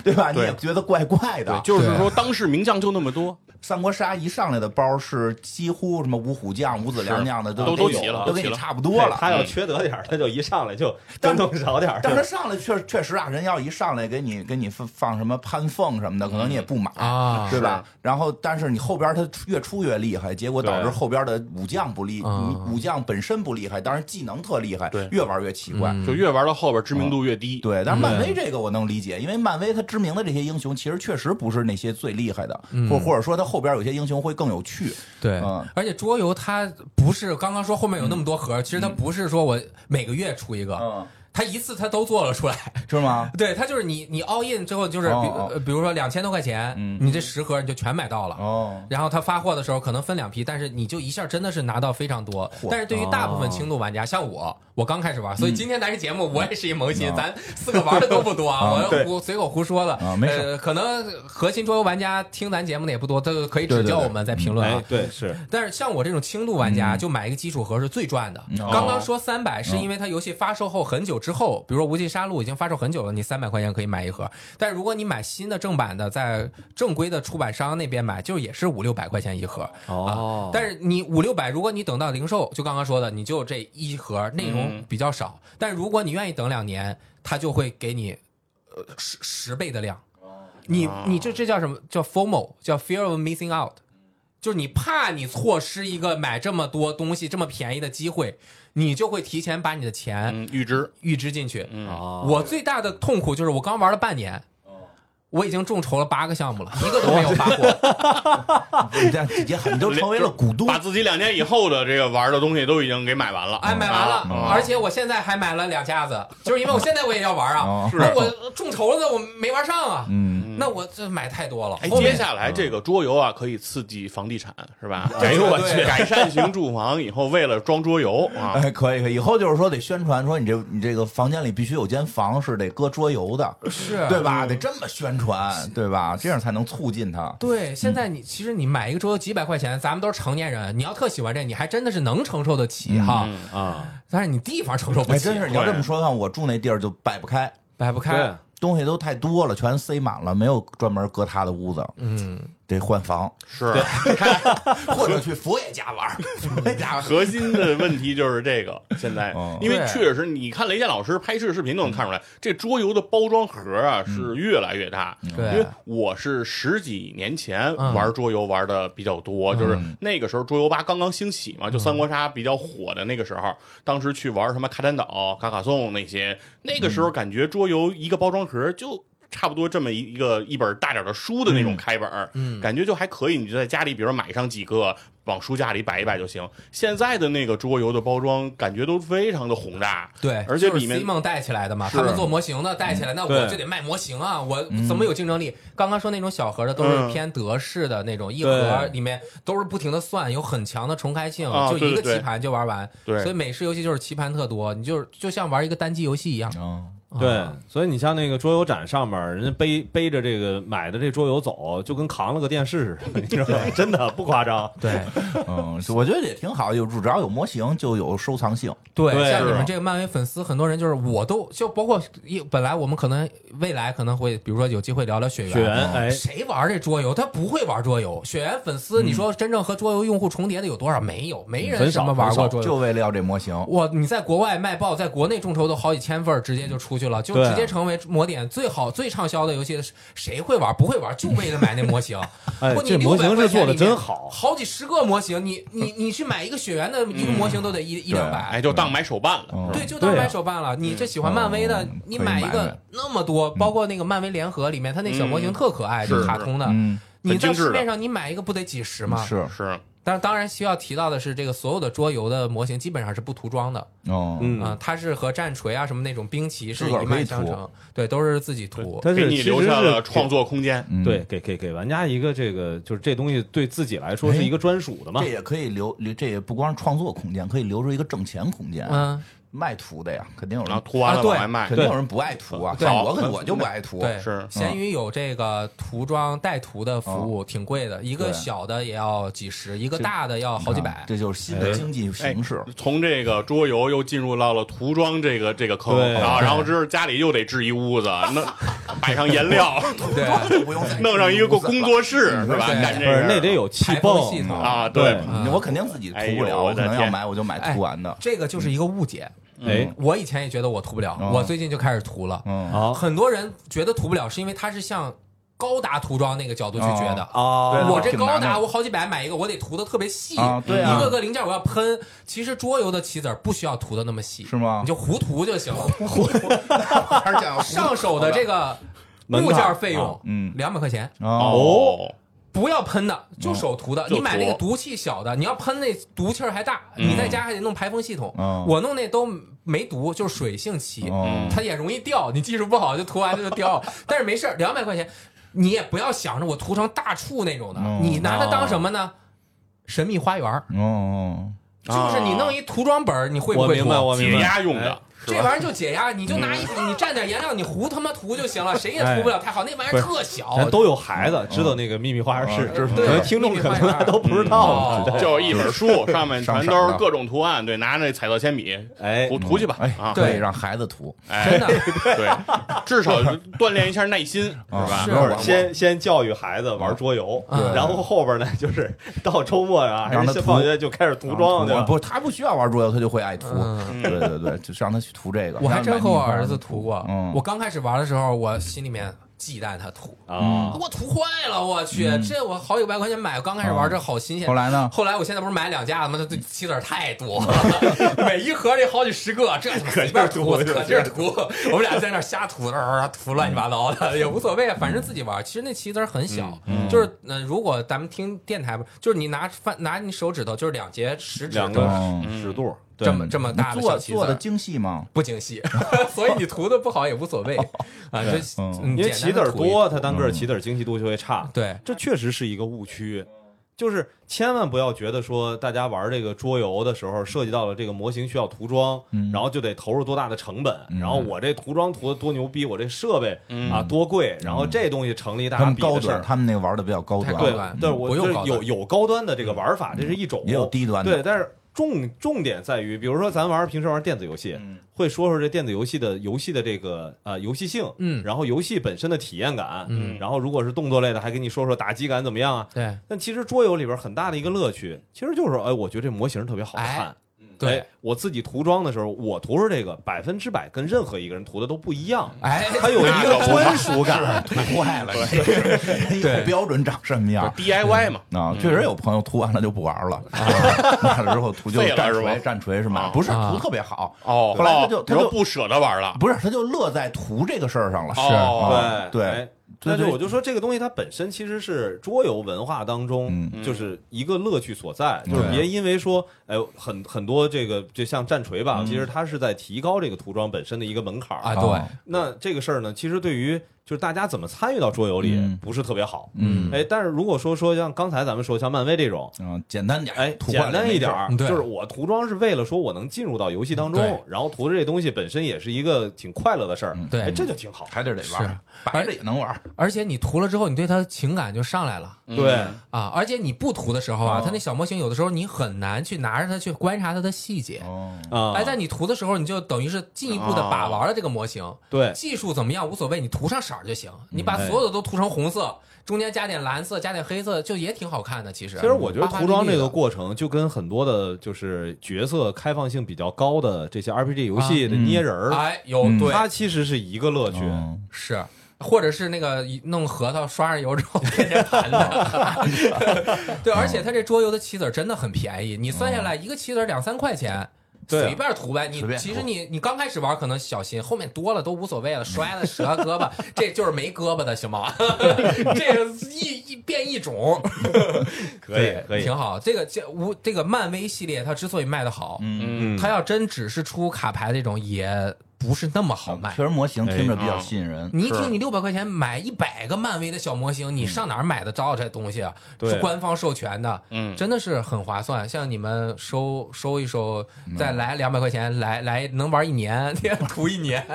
对吧？你对也觉得怪怪的对，。就是对说当世名将就那么多，三国杀一上来的包是几乎什么五虎将、五子良将的都都都齐了都都给齐你了差不多了。嗯他要缺德点儿，他就一上来 就多弄少点儿。但是上来确确实啊，人要一上来给你给你放放什么潘凤什么的，可能你也不买，啊对吧？然后，但是你后边他越出越厉害，结果导致对后边的武将不厉，啊武武将本身不厉害，当然技能特厉害对，嗯越玩越奇怪。就越玩到后边知名度越低。对，但是漫威这个我能理解，因为漫威它知名的这些英雄其实确实不是那些最厉害的，或或者说它后边有些英雄会更有趣。对嗯而且桌游它不是刚刚说后面有那么多盒，其实它不是说我每个月出一个，嗯，它一次它都做了出来。 是吗？对，它就是你你 all in 之后就是比、哦哦呃比如说两千多块钱，你这十盒你就全买到了。哦，然后它发货的时候可能分两批，但是你就一下真的是拿到非常多嚯。但是对于大部分轻度玩家，像我，我刚开始玩，所以今天来这节目我也是一萌新嗯，咱四个玩的都不 多啊，啊对我我随口胡说了啊没事呃，可能核心桌游玩家听咱节目的也不多，都可以指对对嗯教对我们在评论哎啊，。对，是但是像我这种轻度玩家，就买一个基础盒是最赚的。刚刚说三百，是因为它游戏发售后很久之后，比如说《无尽杀戮》已经发售很久了，你三百块钱可以买一盒。但如果你买新的正版的，在正规的出版商那边买，就也是五六百块钱一盒。哦啊，但是你五六百，如果你等到零售，就刚刚说的，你就这一盒内容比较少。但如果你愿意等两年，它就会给你呃十十倍的量。你你这这叫什么？叫 FOMO，叫 Fear of Missing Out。就是你怕你错失一个买这么多东西这么便宜的机会，你就会提前把你的钱嗯，预知嗯预支进去。啊，我最大的痛苦就是我刚玩了半年，我已经众筹了八个项目了，一个都没有发货。你这也很你 都成为了股东，把自己两年以后的这个玩的东西都已经给买完了，哎，买嗯完啊了，而且我现在还买了两下子，就是因为我现在我也要玩啊哦，那我众筹了的我没玩上啊，嗯。那我这买太多了哎，。后接面下来这个桌游啊，可以刺激房地产，是吧？哎呦我去，改善型住房以后，为了装桌游啊，哎，可以可以，以后就是说得宣传说你这你这个房间里必须有间房是得搁桌游的，是啊嗯对吧？得这么宣传，对吧？这样才能促进它。对，现在你其实你买一个桌游几百块钱，咱们都是成年人，你要特喜欢这，你还真的是能承受得起哈。啊，但是你地方承受不哎，起，真是你要这么说的话，我住那地儿就摆不开，摆不开对。，东西都太多了，全塞满了，没有专门搁他的屋子，嗯，得换 房，是。或者去佛爷家玩儿。佛爷家玩儿核心的问题就是这个，现在哦，因为对确实，你看雷电老师拍摄视频都能看出来，这桌游的包装盒啊是越来越大。因对为我是十几年前嗯玩桌游玩的比较多，就是那个时候桌游吧刚刚兴起嗯嘛，就三国杀比较火的那个时候，当时去玩什么卡坦岛、卡卡颂那些，那个嗯时候感觉桌游一个包装盒就。差不多这么一一个一本大点的书的那嗯种开本儿，感觉就还可以。你就在家里，比如说买上几个，往书架里摆一摆就行。现在的那个桌游的包装，感觉都非常的宏大，对，而且就是里面 Simon 带起来的嘛，是他们做模型的带起来，那我对就得卖模型啊，我怎么有竞争力？刚刚说那种小盒的都是嗯偏德式的那种，一对盒里面都是不停的算，有很强的重开性啊，就一对个对对棋盘就玩完。对所以美式游戏就是棋盘特多，你就是就像玩一个单机游戏一样，啊嗯对，所以你像那个桌游展上面，人家背背着这个买的这桌游走，就跟扛了个电视似的，你知道 吗？真的不夸 张。对嗯，我觉得也挺好，有只要有模型就有收藏性。对 对，像是你啊们这个漫威粉丝，很多人就是我都就包括一本来我们可能未来可能会，比如说有机会聊聊血雪原，哎，嗯谁玩这桌游？他不会玩桌游。血缘粉丝，你说真正和桌游用户重叠的有多少？没有，没很人少什么玩过桌就游。为了要这模型，哇，你在国外卖爆，在国内众筹都好几千份儿，直接就出去了，就对啊直接成为魔点最好、最畅销的游戏。谁会玩？不会玩，就为了买那模型。 哎不，你这模型是做的真600好块钱里面。好几十个模型，你你你去买一个血缘的嗯一个模型都得一一对两百。哎，就当买手办了。嗯对，就当啊对啊哦买手办了。你这喜欢漫威的嗯，你可以买买一买个那么嗯多，包括那个漫威联合里面，它那小模型特可爱，嗯就是卡通的。嗯，你在很精致的市面上你买一个不得几十吗？。是，是，但是当然需要提到的是，这个所有的桌游的模型基本上是不涂装的，哦，嗯啊，它是和战锤啊什么那种兵棋是自个儿一可脉以相涂承，对，都是自己涂。但给是你其留实下是了创作空间。嗯对，给给给玩家一个这个，就是这东西对自己来说是一个专属的嘛这。也可以留留，这也不光是创作空间，可以留出一个挣钱空间。，嗯，卖图的呀，肯定有然人后，涂完了啊对往外卖肯，定有人不爱图啊。对像好我，那我就不爱图。对，是闲鱼有这个涂装带图的服务，挺贵的，一个哦对小的也要几十，一个大的要好几啊百。这就是新的经济形式。哎从这个桌游又进入到了涂装这个这个坑，啊对然后然后这是家里又得置一屋子，弄摆上颜料，对，就不用再弄上一个工作室嗯是吧？对干不这是，个那得有气排风系泵统啊，对对嗯我肯定自己涂不哎了，呦我我可的能要天买我就买哎涂完的。这个就是一个误解。哎，我以前也觉得我涂不了，哦我最近就开始涂了。嗯，好很多人觉得涂不了，是因为他是向高达涂装那个角度去觉得。啊我这哦挺高难达，的我好几百买一个，我得涂的特别细，啊对啊一个个零件我要喷。其实桌游的棋子儿不需要涂的那么细，是吗你就胡涂就行了。还是讲要 上手的这个门木槛件费啊用，嗯两百块钱，哦，哦，不要喷的，嗯就手涂的。就涂你买那个毒气小的，你要喷那毒气儿还大，嗯你在家还得弄排风系统嗯。我弄那都没毒，就是水性棋，嗯哦它也容易掉。你技术不好就涂完就掉 了，但是没事儿，两百块钱，你也不要想着我涂成大处那种的嗯，你拿它当什么哦呢？神秘花园儿，哦，就是你弄一涂装本儿，你会不啊我会明白，涂？我明解白。压用的哎，这玩意儿就解 压，你就拿一你蘸点颜料，你糊他妈涂就行了，谁也涂不了太好。那玩意儿特小，嗯咱都有孩子，知道那个秘密花园嗯是知，道可能听众可能还都不知道嗯呢。就一本书，上面全上都色是的各种图案，对，拿那彩色铅笔哎涂，涂去吧哎，啊，可以对让孩子涂，哎 真的。 对，至少锻炼一下耐心，是吧是？我先先教育孩子玩桌游，嗯然后后边呢，就是到周末啊，还让是他先涂放学就开始涂装去啊了。不，他不需要玩桌游，他就会爱涂。嗯对对对，就让他去涂这个。我还让他真买和我蜜花儿子的涂过。嗯，我刚开始玩的时候，我心里面忌惮他涂，啊，我涂坏了，我去，这我好几百块钱买，刚开始玩这好新鲜。后来呢？后来我现在不是买两架吗？他这棋子儿太多了，每一盒里好几十个，这可劲儿涂，可劲儿涂。我们俩在那儿瞎涂，呃涂乱七八糟的也无所谓，啊反正自己玩儿。其实那棋子儿很小，就是嗯、呃如果咱们听电台，就是你拿翻拿你手指头，就是两节食指两头个嗯尺度，对这么这么大的你小做棋子做儿的精细吗？不精细， 所以你涂的不好也无所 谓啊。就嗯嗯因为棋子简单地儿涂一多，它单个儿棋子儿精细度就会差。对，这确实是一个误区，就是千万不要觉得说大家玩这个桌游的时候，涉及到了这个模型需要涂装，嗯然后就得投入多大的成本，然后我这涂装涂的多牛逼，我这设备啊嗯多贵，然后这东西成了一他大们笔嗯高的事端，儿。他们那个玩的比较高端。嗯太高对端，嗯但是我不用就是高端有有高端的这个玩法，这是一种，哦也有低端的对，但是重重点在于，比如说咱玩平时玩电子游戏，会说说这电子游戏的游戏的这个呃游戏性，嗯然后游戏本身的体验感，嗯然后如果是动作类的，还给你说说打击感怎么样啊？对但其实桌游里边很大的一个乐趣，其实就是哎，我觉得这模型特别好看哎。哎，我自己涂装的时候，我涂着这个百分之百跟任何一个人涂的都不一样，哎，它 有一那个可不专属感。涂坏了，你 对标准长什么样？ DIY 嘛，啊，确实有朋友涂完了就不玩了，买了之后涂就废了战是吧锤，战锤是吗啊？不是啊涂特别好，哦，后来他就哦他你说就不舍得玩了，不是他就乐在涂这个事儿上了，哦啊对哎对，对但是对我就说这个东西它本身其实是桌游文化当中嗯就是一个乐趣所在，就是对啊别因为说哎很很多这个就像战锤嗯吧，其实它是在提高这个涂装本身的一个门槛儿啊，哦对，那这个事儿呢，其实对于就是大家怎么参与到桌游里嗯不是特别好，嗯哎，但是如果说说像刚才咱们说像漫威这种。嗯，简单点儿，哎，土简罐单里一点没事儿儿，嗯就对是我涂装是为了说我能进入到游戏当中对，然后涂的这东西本身也是一个挺快乐的事儿，对哎，这就挺好。嗯还得得玩是儿，白着也能玩儿。而且你涂了之后，你对它的情感就上来了。嗯对，啊，而且你不涂的时候啊哦，它那小模型有的时候你很难去拿着它去观察它的细节。哦，啊，哎，在你涂的时候，你就等于是进一步的把玩了这个模型。对，技术怎么样无所谓，你涂上色儿就行。嗯你把所有的都涂成红色，中间加点蓝色，加点黑色，就也挺好看的。其实，其实我觉得花花涂装绿这绿个的过程，就跟很多的就是角色开放性比较高的这些 RPG 游戏的捏人儿，哎，有嗯对嗯它其实是一个乐趣。哦是。或者是那个一弄核桃刷上油之后变成盘 子，对，而嗯且它这桌游的棋子儿真的很便宜，你算下来一个棋子儿两三块钱，对啊随便涂呗。你随便涂其实你你刚开始玩可能小心，后面多了都无所谓了，摔 了折胳膊，这就是没胳膊的行吗？这个一一变一种，可以对，可以挺好。这个这无这个漫威系列它之所以卖的好，嗯它要真只是出卡牌这种也不是那么好卖确。实模型听着比哎较啊吸引人。你一是听你六百块钱买一百个漫威的小模型，你上哪儿买得着这东西啊？对是官方授权的，嗯真的是很划算。像你们收收一收，再来两百块钱，来来能玩一年，涂一年。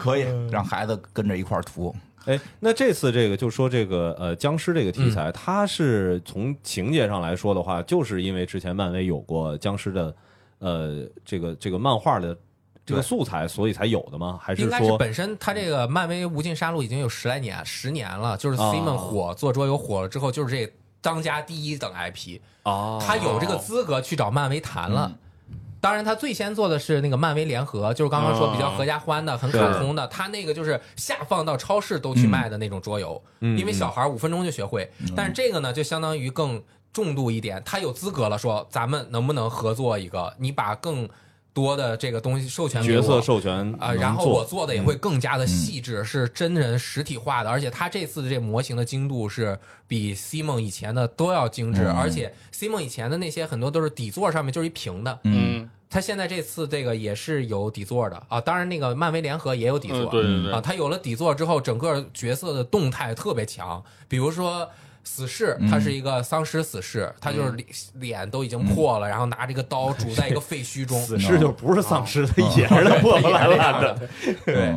可以嗯让孩子跟着一块儿涂。哎，那这次这个就说这个呃僵尸这个题材，它是从情节上来说的话，就是因为之前漫威有过僵尸的呃这个这个漫画的这个对素材，所以才有的吗？还应该是说本身它这个漫威无尽杀戮已经有十来年、十年了，就是啊 Simon 火做桌游火了之后，就是这当家第一等 IP，啊他有这个资格去找漫威谈了。嗯当然，他最先做的是那个漫威联合，就是刚刚说比较合家欢的、哦很卡通的。他那个就是下放到超市都去卖的那种桌游，嗯因为小孩五分钟就学会。但是这个呢，就相当于更重度一点，他有资格了说，咱们能不能合作一个？你把更多的这个东西授权给角我色授权啊、能然后做嗯我做的也会更加的细致，是真人实体化的，而且它这次的这模型的精度是比 C 梦以前的都要精嗯致，而且 C 梦以前的那些很多都是底座上面就是一平的，嗯，它现在这次这个也是有底座的啊，当然那个漫威联合也有底座，嗯对对对啊，它有了底座之后，整个角色的动态特别强，比如说。死侍，嗯他是一个丧尸死侍，他就是脸脸都已经破了，然后拿着一个 刀杵在一个废墟中。死尸就不是丧尸，他也是破破烂烂的。对，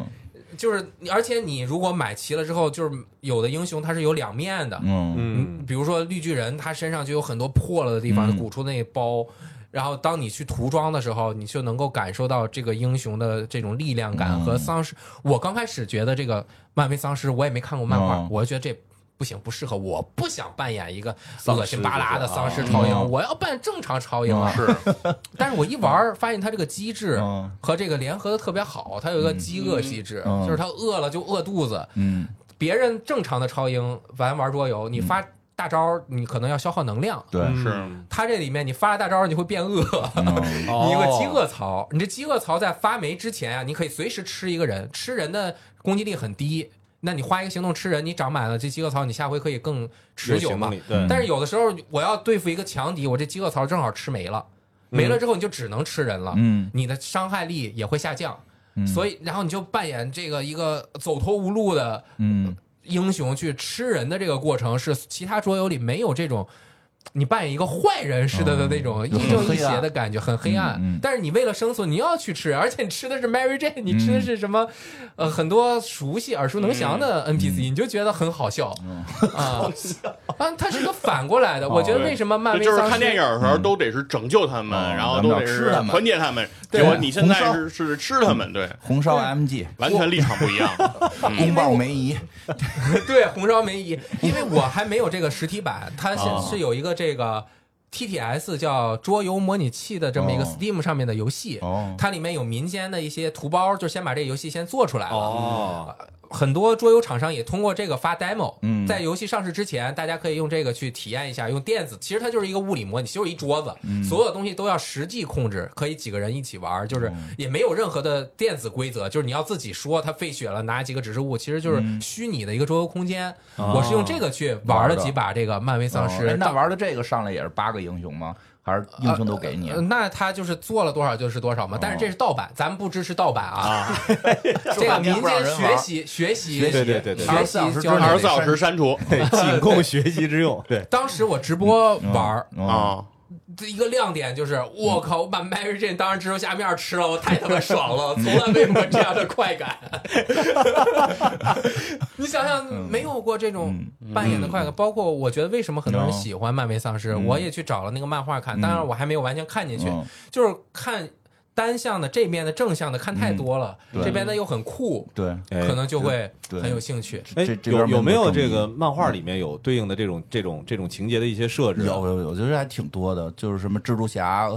就是你，而且你如果买齐了之后，就是有的英雄它是有两面的，嗯，嗯，比如说绿巨人，他身上就有很多破了的地方，嗯鼓出那包。然后当你去涂装的时候，你就能够感受到这个英雄的这种力量感嗯和丧尸。我刚开始觉得这个漫威丧尸，我也没看过漫画，哦我就觉得这。不行，不适合我，不想扮演一个丧尸恶心巴拉的角色丧尸啊哦超英，嗯我要扮正常超英啊！是 但是我一玩儿发现它这个机制嗯和这个联合的特别好，它有一个饥饿机制，嗯就是它饿了就饿肚子。嗯，别人正常的超英玩玩桌游，你发大招儿你可能要消耗能量，对，嗯是，它这里面你发了大招儿你会变饿，嗯 你有个饥饿槽，你这饥饿槽在发霉之前啊，你可以随时吃一个人，吃人的攻击力很低。那你花一个行动吃人，你长满了这饥饿槽，你下回可以更持久嘛？对，嗯但是有的时候我要对付一个强敌，我这饥饿槽正好吃没了，没了之后你就只能吃人了，嗯你的伤害力也会下降，所以然后你就扮演这个一个走投无路的嗯英雄去吃人的这个过程，是其他桌游里没有这种。你扮演一个坏人似的的那嗯种亦正亦邪的感觉，很黑暗。啊嗯嗯但是你为了生存，你要去吃，而且你吃的是 Mary Jane，你吃的是什么？嗯呃，很多熟悉、耳熟能详的 NPC，、你就觉得很好笑、嗯啊！啊，它是一个反过哦来的。我觉得为什么漫这威就是丧看尸电影的时候都得是拯救他们，嗯然后都咱得们要是吃他们团结他们。对结果你现在红烧是是吃他们，对，红烧 MG，完全立场不一样。宫爆梅姨， 对，红烧梅姨，因为我还没有这个实体版，它啊是是有一个这个 TTS 叫桌游模拟器的这么一个哦 Steam 上面的游戏，哦它里面有民间的一些图包，就先把这个游戏先做出来了。哦，很多桌游厂商也通过这个发 demo，嗯在游戏上市之前，大家可以用这个去体验一下，用电子，其实它就是一个物理模拟，就是一桌子，所有东西都要实际控制，可以几个人一起玩，就是也没有任何的电子规则，就是你要自己说它废血了，拿几个指示物，其实就是虚拟的一个桌游空间。我是用这个去玩了几把这个漫威丧哦哎尸，那玩的这个上来也是八个英雄吗？还是英雄都给你？呃那他就是做了多少就是多少嘛，但是这是盗版，咱们不支持盗版啊。这个 民间学习学习学习对对对对学24小时习之交内二流十四。小时删除对， 仅供学习之用。对，当时我直播玩儿，嗯，啊，这一个亮点就是我靠，我把 Mary Jane 当成直播下面吃了，我太他妈爽了，嗯从来没有过这样的快 感。你想想，没有过这种嗯扮演的快感，包括我觉得为什么很多人喜欢漫威丧尸，我也去找了那个漫画看，当然我还没有完全看进去，嗯就是看单向的这边的正向的看太多了，嗯对这边的又很酷，对，哎可能就会对很有兴趣。哎这，这边有有没有没有这个正漫画里面有对应的这种这种这种情节的一些设置有啊？有有，我觉得还挺多的，就是什么蜘蛛侠，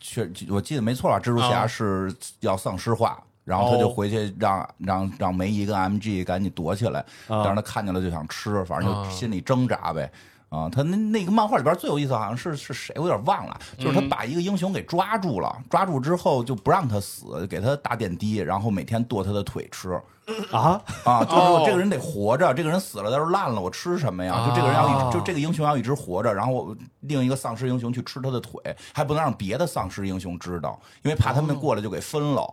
确我记得没错吧？蜘蛛侠啊是要丧尸化。然后他就哦回去让让让梅姨跟 MG 赶紧躲起来，但是他看见了就想吃，反正就啊心里挣扎呗。啊，他那那个漫画里边最有意思好像是是谁，我有点忘了，就是他把一个英雄给抓住了，抓住之后就不让他死，给他打点滴，然后每天剁他的腿吃。啊， 啊，就是哦我这个人得活着，这个人死了，他说烂了，我吃什么呀？就这个人要一直，就这个英雄要一直活着，然后我另一个丧尸英雄去吃他的腿，还不能让别的丧尸英雄知道，因为怕他们过来就给分了。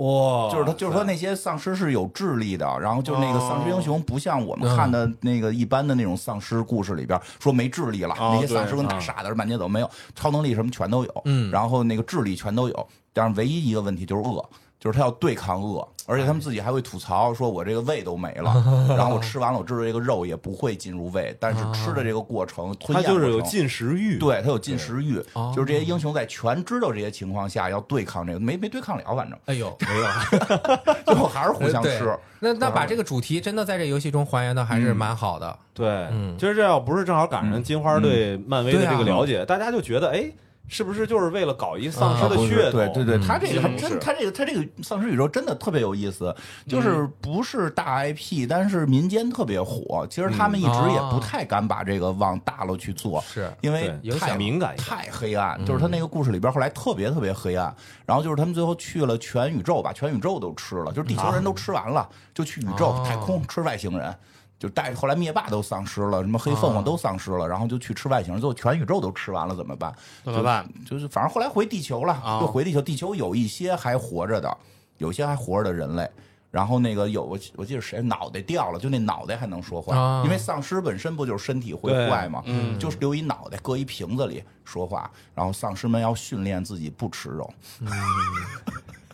哇就是他，就是说那些丧尸是有智力的，然后就那个丧尸英雄不像我们看的那个一般的那种丧尸故事里边说没智力了，哦那些丧尸对跟大傻子满街走，没有超能力什么全都有，嗯然后那个智力全都有，但是唯一一个问题就是饿。就是他要对抗饿，而且他们自己还会吐槽，说我这个胃都没了，然后我吃完了，我知道这个肉也不会进入胃，但是吃的这个过程，吞他咽就是过有程进食欲。对他有进食欲哦，就是这些英雄在全知道这些情况下要对抗这个，没没对抗了，反正哎呦，没有， 最后还是互相呃对吃。嗯那那把这个主题真的在这游戏中还原的还是蛮好的。对嗯，其实这要不是正好赶嗯上金花对漫威的这个嗯对啊了解，大家就觉得哎，是不是就是为了搞一丧尸啊的不噱是头？嗯对对对，嗯他这个并不是真，他这个他这个丧尸宇宙真的特别有意思，就是嗯不是大 IP，但是民间特别火。其实他们一直也不太敢把这个往大了去做，嗯啊是因为对影响太敏感一点嗯太黑暗。就是他那个故事里边后来特别特别黑暗，然后就是他们最后去了全宇宙，把全宇宙都吃了，就是地球啊人都吃完了，就去宇宙哦太空吃外星人。就带后来灭霸都丧失了，什么黑凤啊凰都丧失了，然后就去吃外星人，最后全宇宙都吃完了怎么办？怎么办？就是反正后来回地球了，啊又回地球。地球有一些还活着的，有些还活着的人类。然后那个有我记我记得谁脑袋掉了，就那脑袋还能说话，啊因为丧尸本身不就是身体会对坏嘛，就是留一脑袋搁一瓶子里说话。然后丧尸们要训练自己不吃肉。嗯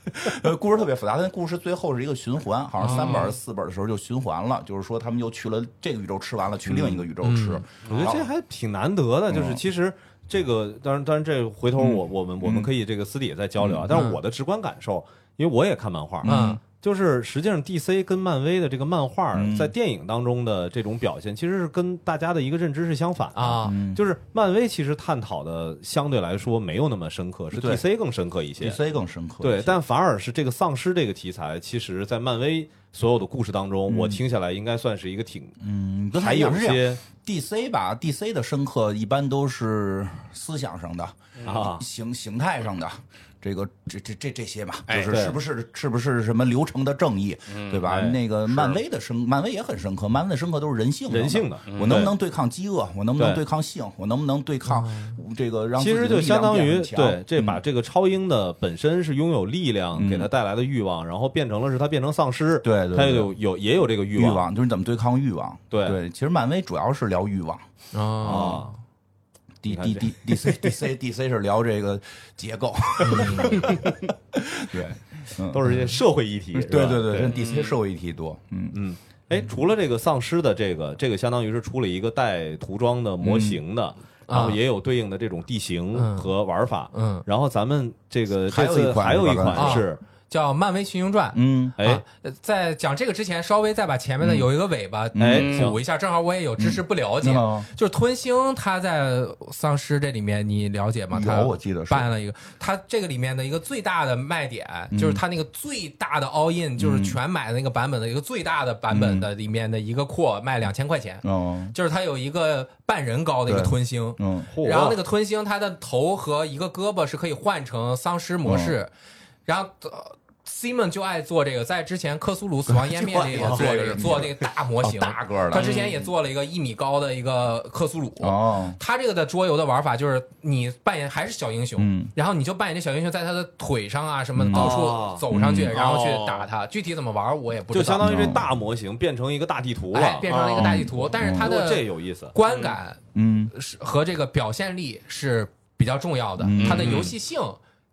呃，故事特别复杂，但故事最后是一个循环，好像三啊本儿四本儿的时候就循环了，就是说他们又去了这个宇宙吃完了，去另一个宇宙吃。嗯我觉得然后这还挺难得的，哦就是其实这个，当然，当然，这回头嗯我我们我们可以这个私底下再交流啊。但是我的直观感受，因为我也看漫画，嗯，就是实际上 DC 跟漫威的这个漫画嗯在电影当中的这种表现，其实是跟大家的一个认知是相反的。啊，嗯就是漫威其实探讨的相对来说没有那么深刻，是对 DC 更深刻一些。 DC 更深刻一些。对，但反而是这个丧尸这个题材，其实，在漫威所有的故事当中，我听下来应该算是一个挺嗯，跟他还一样有是这样些 DC 吧，DC 的深刻一般都是思想上的、啊，形形态上的，这个这这这这些吧，就哎是对是不是是不是什么流程的正义，对吧？哎那个漫威的深，漫威也很深刻，漫威的深刻都是人性上人性的嗯我能不对能对抗饥饿？我能不能对嗯对抗性？我能不能对抗这个让其自实己的就力相量当变于很强对这把嗯这个超英的本身是拥有力量给他带来的欲望，然后变成了是他变成丧尸，对对他对有有也有这个欲欲望，就是你怎么对抗欲望？对对，其实漫威主要是聊欲望。哦，啊。 D 你看 D D D C D C D C 是聊这个结构，嗯 对，都是一些社会议题，是吧嗯对对对，跟 DC 社会议题多，嗯嗯，哎，除了这个丧尸的这个，这个相当于是出了一个带涂装的嗯模型啊的，然后也有对应的这种地形嗯和玩法。嗯然后咱们这个还这有一次款还有一是吧啊款是叫《漫威群英传》。嗯，哎啊，呃在讲这个之前，稍微再把前面的有一个尾巴哎，嗯行补一下，正好我也有知识不了解。嗯就是吞星，他在丧尸这里面你了解吗？他有我记得是办了一个，他这个里面的一个最大的卖点嗯就是他那个最大的 all in，就是全买的那个版本的一个最大的版本的里面的一个扩卖两千块钱，嗯就是它有一个半人高的一个对吞星，嗯嚯然后那个吞星，它的头和一个胳膊是可以换成丧尸模嗯式，然后。呃 Simon 就爱做这个，在之前《克苏鲁死亡湮灭》里也 做这个，做那个大模型，哦大个儿的他之前也做了一个一米高的一个克苏鲁。哦，他这个的桌游的玩法就是你扮演还是小英雄，嗯然后你就扮演这小英雄在他的腿上啊什么的到哦处走上去，嗯然后去打他。具体怎么玩我也不知就相道，当于这大模型变成一个大地图哎了，变成了一个大地图，但是他哦这的有意思。观感嗯是和这个表现力是比较重要的，嗯它的游戏性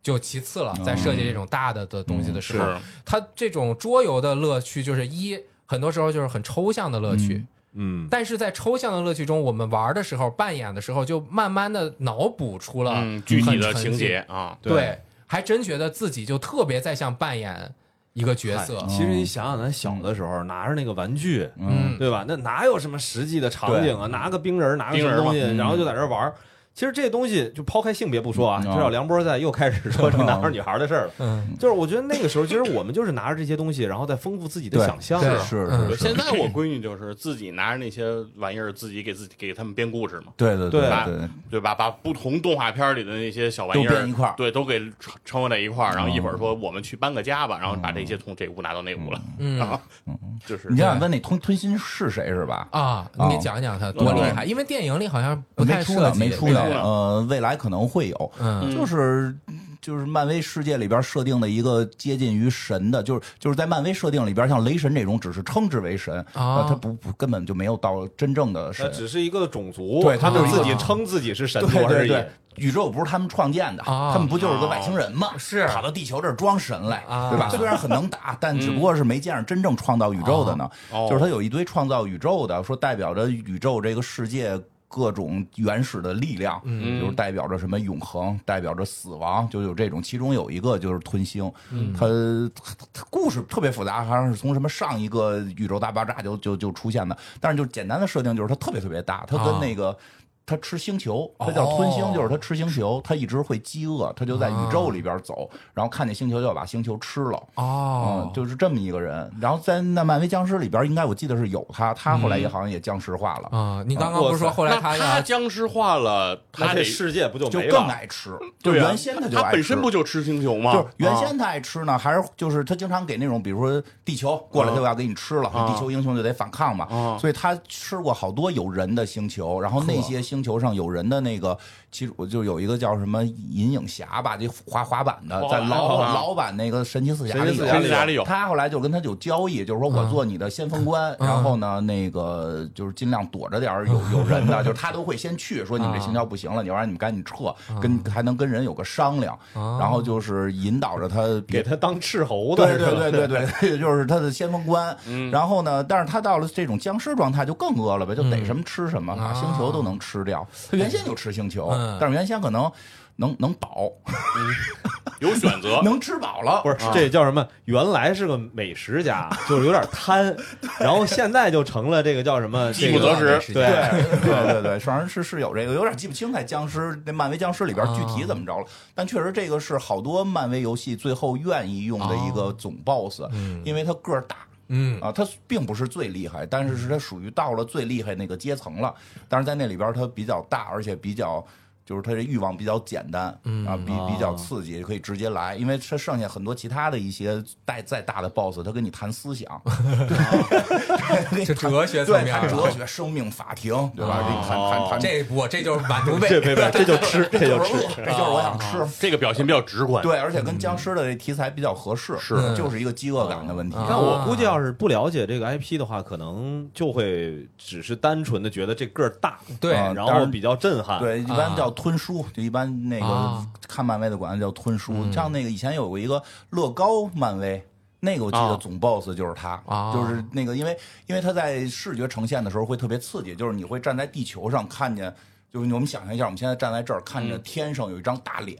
就其次了。在设计这种大的哦的东西的时候，嗯是它这种桌游的乐趣就是一，很多时候就是很抽象的乐趣，嗯，但是在抽象的乐趣中，我们玩的时候、扮演的时候，就慢慢的脑补出啊了嗯，具体的很沉情浸节，啊，对，还真觉得自己就特别在像扮演一个角色哎，其实哦你想想，咱小的时嗯候拿着那个玩具，嗯，对吧？那哪有什么实际的场景啊？拿个冰人儿，拿个冰什么人儿东嘛嗯西，然后就在这儿玩儿。其实这东西就抛开性别不说啊，嗯至少梁波在又开始说这个男孩儿女孩儿的事儿了。嗯， 就是我觉得那个时候，其实我们就是拿着这些东西，然后再丰富自己的对想象。啊对是是嗯是是，现在我闺女就是自己拿着那些玩意儿，自己给自己给他们编故事嘛，对对对对对，对吧？把不同动画片里的那些小玩意儿都编一块儿哦对，都给掺掺和在一块儿。然后一会儿说我们去搬个家吧，然后把这些从这屋拿到那屋了。嗯 然后就是你想问那吞吞星是谁是吧？啊，你给讲讲他多厉害，因为电影里好像不太哦嗯没出涉呢，及，没出对呢。呢呃，未来可能会有，嗯就是就是漫威世界里边设定的一个接近于神的，就是就是在漫威设定里边，像雷神这种只是称之为神，啊呃他不不根本就没有到真正的呃，神。只是一个种族，对他他们就是自一个己称自己是神族对而对已。对，宇宙不是他们创建的，啊他们不就是个外星人吗？是跑到地球这儿装神来，啊对吧？虽然很能打，但只不过是没见着真正创造宇宙的呢。哦就是他有一堆创造宇宙的，说代表着宇宙这个世界。各种原始的力量，嗯，就是代表着什么永恒，代表着死亡，就有这种。其中有一个就是吞星，它它它故事特别复杂，好像是从什么上一个宇宙大爆炸就就就出现的。但是就简单的设定就是它特别特别大，它啊跟那个它吃星球，它叫吞星，哦就是它吃星球，它一直会饥饿，它就在宇宙里边走，然后看见星球就要把星球吃了。哦嗯，，就是这么一个人。然后在那漫威僵尸里边，应该我记得是有他，他后来嗯也好像也僵尸化了，啊，你刚刚不是说后来那他他要僵尸化了，那他这得世界不就就没更了？爱吃。就对啊原先他就爱他吃本身不就吃星球吗？就是原啊先他爱吃呢，还是就是他经常给那种，比如说地球过来就要给你吃了，地球英雄就得反抗嘛，啊所以他吃过好多有人的星球，然后那些星球上有人的那个，其实我就有一个叫什么银影侠吧，这滑滑板的，滑在板老啊老版那个神奇四侠神里奇有四侠里有神奇四侠里有他后来就跟他有交易，就是说我嗯做你的先锋官，然后呢，那个就是尽量躲着点儿有有人的，就是他都会先去说你们这星球不行了，你要不然你们赶紧撤，跟还能跟人有个商量，啊然后就是引导着他给别他当斥候的对是吧？嗯对对对 对，就是他的先锋官。 然后呢，但是他到了这种僵尸状态就更饿了呗，就逮什么吃什么，啊把星球都能吃掉。他原先就吃星球嗯，但是原先可能能能饱，，啊有选择能吃饱了。不是，这叫什么？原来是个美食家，就是有点贪，然后现在就成了这个叫什么？饥这不择个 食。对，对对对，反正是是有这个，有点记不清在僵尸那漫威僵尸里边具体怎么着了，但确实这个是好多漫威游戏最后愿意用的一个总 BOSS，、因为他个儿大。嗯啊，他并不是最厉害，但是是他属于到了最厉害那个阶层了。但是在那里边他比较大，而且比较就是他这欲望比较简单，嗯啊，比比哦较刺激，可以直接来。因为他剩下很多其他的一些再再大的 BOSS，他跟你谈思 想，哦这哲学层对，面谈了哲学、生命法庭，对吧？这谈谈谈这我这就是满足这被 没没，这就吃，这就就是吃。饿这就是我想啊哦吃。这个表现比较直观，对，而且嗯跟僵尸的这题材比较合适，是就是一个饥饿感的问题。嗯啊那我估计要是不了解这个 IP 的话，可能就会只是单纯的觉得这个儿大，对啊然当后然比较震撼。，对，一般叫吞书，就一般那个啊看漫威的管它叫吞书。像那个以前有过一个乐高漫威。那个我记啊得总 boss 就是他，啊就是那个，因为因为他在视觉呈现的时候会特别刺激，就是你会站在地球上看见就是我们想象一下，我们现在站在这儿看着天上有一张大脸，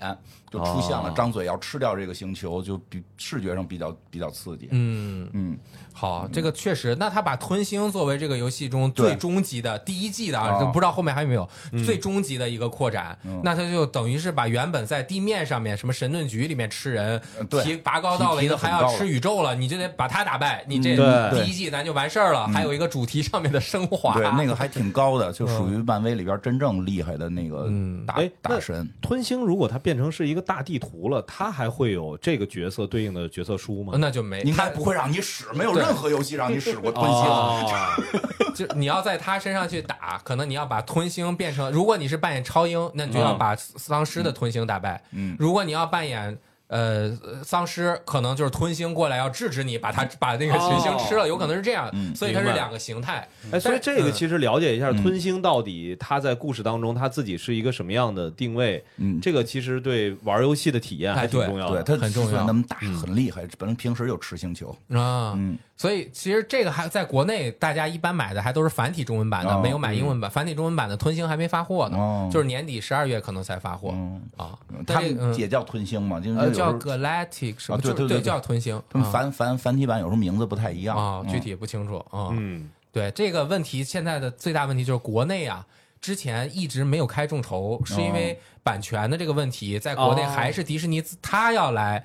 就出现了，张嘴要吃掉这个星球，就比视觉上比较比较刺激。嗯嗯，好，这个确实。那他把吞星作为这个游戏中最对终极的第一季的啊嗯啊，就不知道后面还有没有最终极的一个扩展。那他就等于是把原本在地面上面什么神盾局里面吃人呃，对提拔高到了一个提提还得很高要吃宇宙了，你就得把他打败。你这嗯对第一季咱就完事儿了。还有一个主题上面的升嗯华，对，那个还挺高的，就属于漫威里边真正厉害的那个大、哎大那神。吞星如果它变成是一个大地图了，它还会有这个角色对应的角色书嗯吗？那就没应他该哎不会让你使，没有对任何游戏让你使过吞星。啊哦，就你要在他身上去打，可能你要把吞星变成，如果你是扮演超英，那你就要把丧尸的吞星打败。嗯，如果你要扮演呃丧尸，可能就是吞星过来要制止你，把他把那个群星吃了，有可能是这样。嗯所以它是明白两个形态。哎，所以但这个嗯其实了解一下嗯吞星到底它在故事当中它自己是一个什么样的定位，嗯这个其实对玩游戏的体验还哎挺对重要对，的。他很重要嗯那么大，很厉害。本来平时就吃星球，啊，嗯所以其实这个还在国内，大家一般买的还都是繁体中文版的，哦没有买英文版。繁体中文版的吞星还没发货呢，哦就是年底十二月可能才发货、嗯，啊。他但这个们也嗯叫吞星嘛，就是呃有时叫候 Galactic 什么，啊对就对对对叫吞星。他们啊繁繁繁体版有时候名字不太一样啊、具嗯体也不清楚啊。嗯，对这个问题，现在的最大问题就是国内啊，之前一直没有开众筹，是因哦为版权的这个问题，在国内哦还是迪士尼自他要来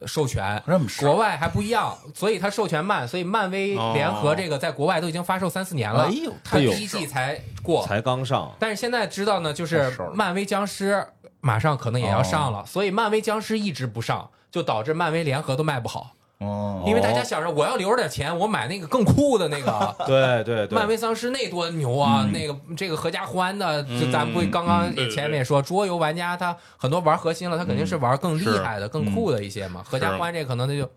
呃授权，这哦么说国外还不一样，所以它授权慢，所以漫威联合这个在国外都已经发售三四年了，哦哎呦它哎第呦一季才过，才刚上，但是现在知道呢，就是太事儿了哦漫威僵尸马上可能也要上了，所以漫威僵尸一直不上，就导致漫威联合都卖不好，哦，因为大家想着我要留着点钱，我买那个更酷的那个。对对对，漫威丧尸那多牛啊！那个这个合家欢的，就咱们不刚刚对对前面也说，桌游玩家他很多玩核心了，他肯定是玩更厉害的、更酷的一些嘛。合家欢这可能他就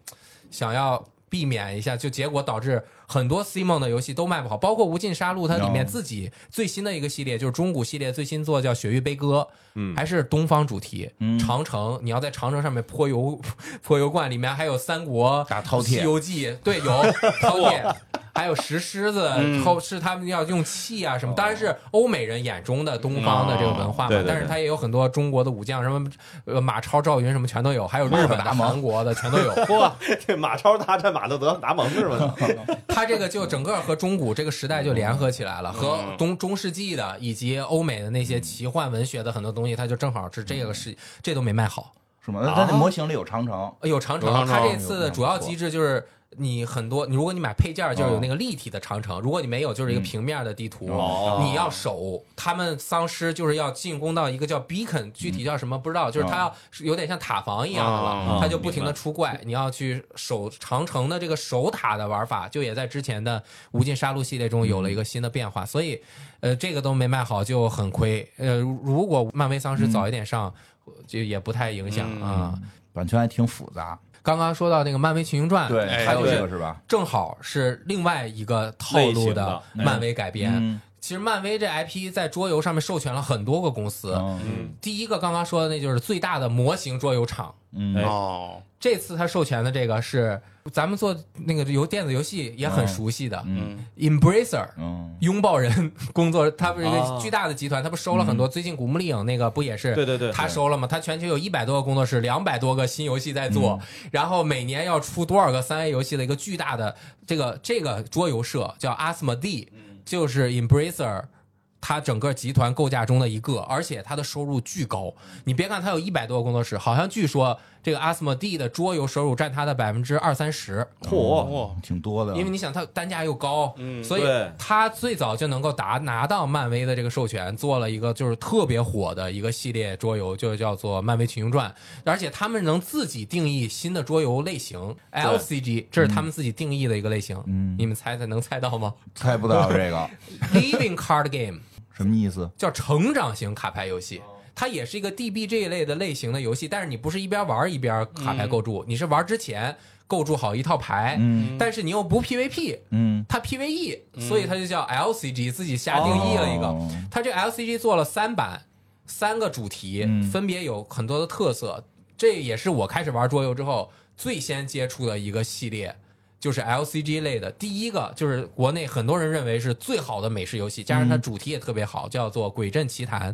想要避免一下，就结果导致很多 Simon 的游戏都卖不好，包括《无尽杀戮》它里面自己最新的一个系列就是中古系列最新作叫《雪域悲歌》，嗯还是东方主题，长城，你要在长城上面泼油 泼油罐，里面还有三国打饕餮西游记，对，有饕餮。还有石狮子，后是他们要用气啊什么，当然是欧美人眼中的东方的这个文化哦嘛对对，对但是它也有很多中国的武将，什么呃马超、赵云什么全都有，还有日本马可的、达蒙韩国的全都有。哇，这马超大战马特德达蒙是 吗？它这个就整个和中古这个时代就联合起来了，和东中世纪的以及欧美的那些奇幻文学的很多东西，它就正好是这个是这都没卖好。是吗？啊他那模型里有长城，有哎长有长城城，它这次的主要机制就是你很多，你如果你买配件儿嗯就是有那个立体的长城，如果你没有就是一个平面的地图哦，你要守。他们丧尸就是要进攻到一个叫 beacon，具体叫什么不知道，就是它要是有点像塔防一样的嗯哦了，它就不停明的白出怪，你要去守长城的这个守塔的玩法，就也在之前的无尽杀戮系列中有嗯了一个新的变化，所以呃这个都没卖好就很亏。呃，如果漫威丧嗯尸早一点上，就也不太影响啊。版权还挺复杂。刚刚说到那个漫威群雄传，哎还它有就这是个是吧？正好是另外一个套路的漫威改编。嗯其实漫威这 IP 在桌游上面授权了很多个公司，嗯第一个刚刚说的那就是最大的模型桌游厂。哎嗯，哦，这次他授权的这个是咱们做那个游电子游戏也很熟悉的、嗯 Embracer，嗯，拥抱人工作，他不是一哦个啊巨大的集团，他不收了很嗯多。最近《古墓丽影》那个不也是？嗯对对对他收了吗？他全球有一百多个工作室，两百多个新游戏在做，嗯然后每年要出多少个三 A 游戏的一个巨大的这个这个桌游社叫 Asmodee，就是嗯 Embracer。它整个集团构架中的一个，而且它的收入巨高。你别看它有一百多个工作室，好像据说这个 Asmodee 的桌游收入占它的百分之二三十。嗯嚯，哦挺多的。因为你想它单价又高，嗯所以对它最早就能够达拿到漫威的这个授权，做了一个就是特别火的一个系列桌游，就叫做《漫威群雄传》，而且他们能自己定义新的桌游类型 LCG，这是他们自己定义的一个类型，嗯，你们猜猜能猜到吗猜不到这个？Living Card Game 什么意思？叫成长型卡牌游戏。它也是一个 DBG 类的类型的游戏，但是你不是一边玩一边卡牌构筑，你是玩之前构筑好一套牌，嗯但是你又不 PVP，嗯，它 PVE，所 E，以它就叫 LCG，自己瞎定义 了一个哦。它这 LCG 做了三版，三个主题，嗯分别有很多的特色。这也是我开始玩桌游之后最先接触的一个系列。就是 LCG 类的。第一个就是国内很多人认为是最好的美式游戏，加嗯上它主题也特别好，叫做《鬼阵奇谭》，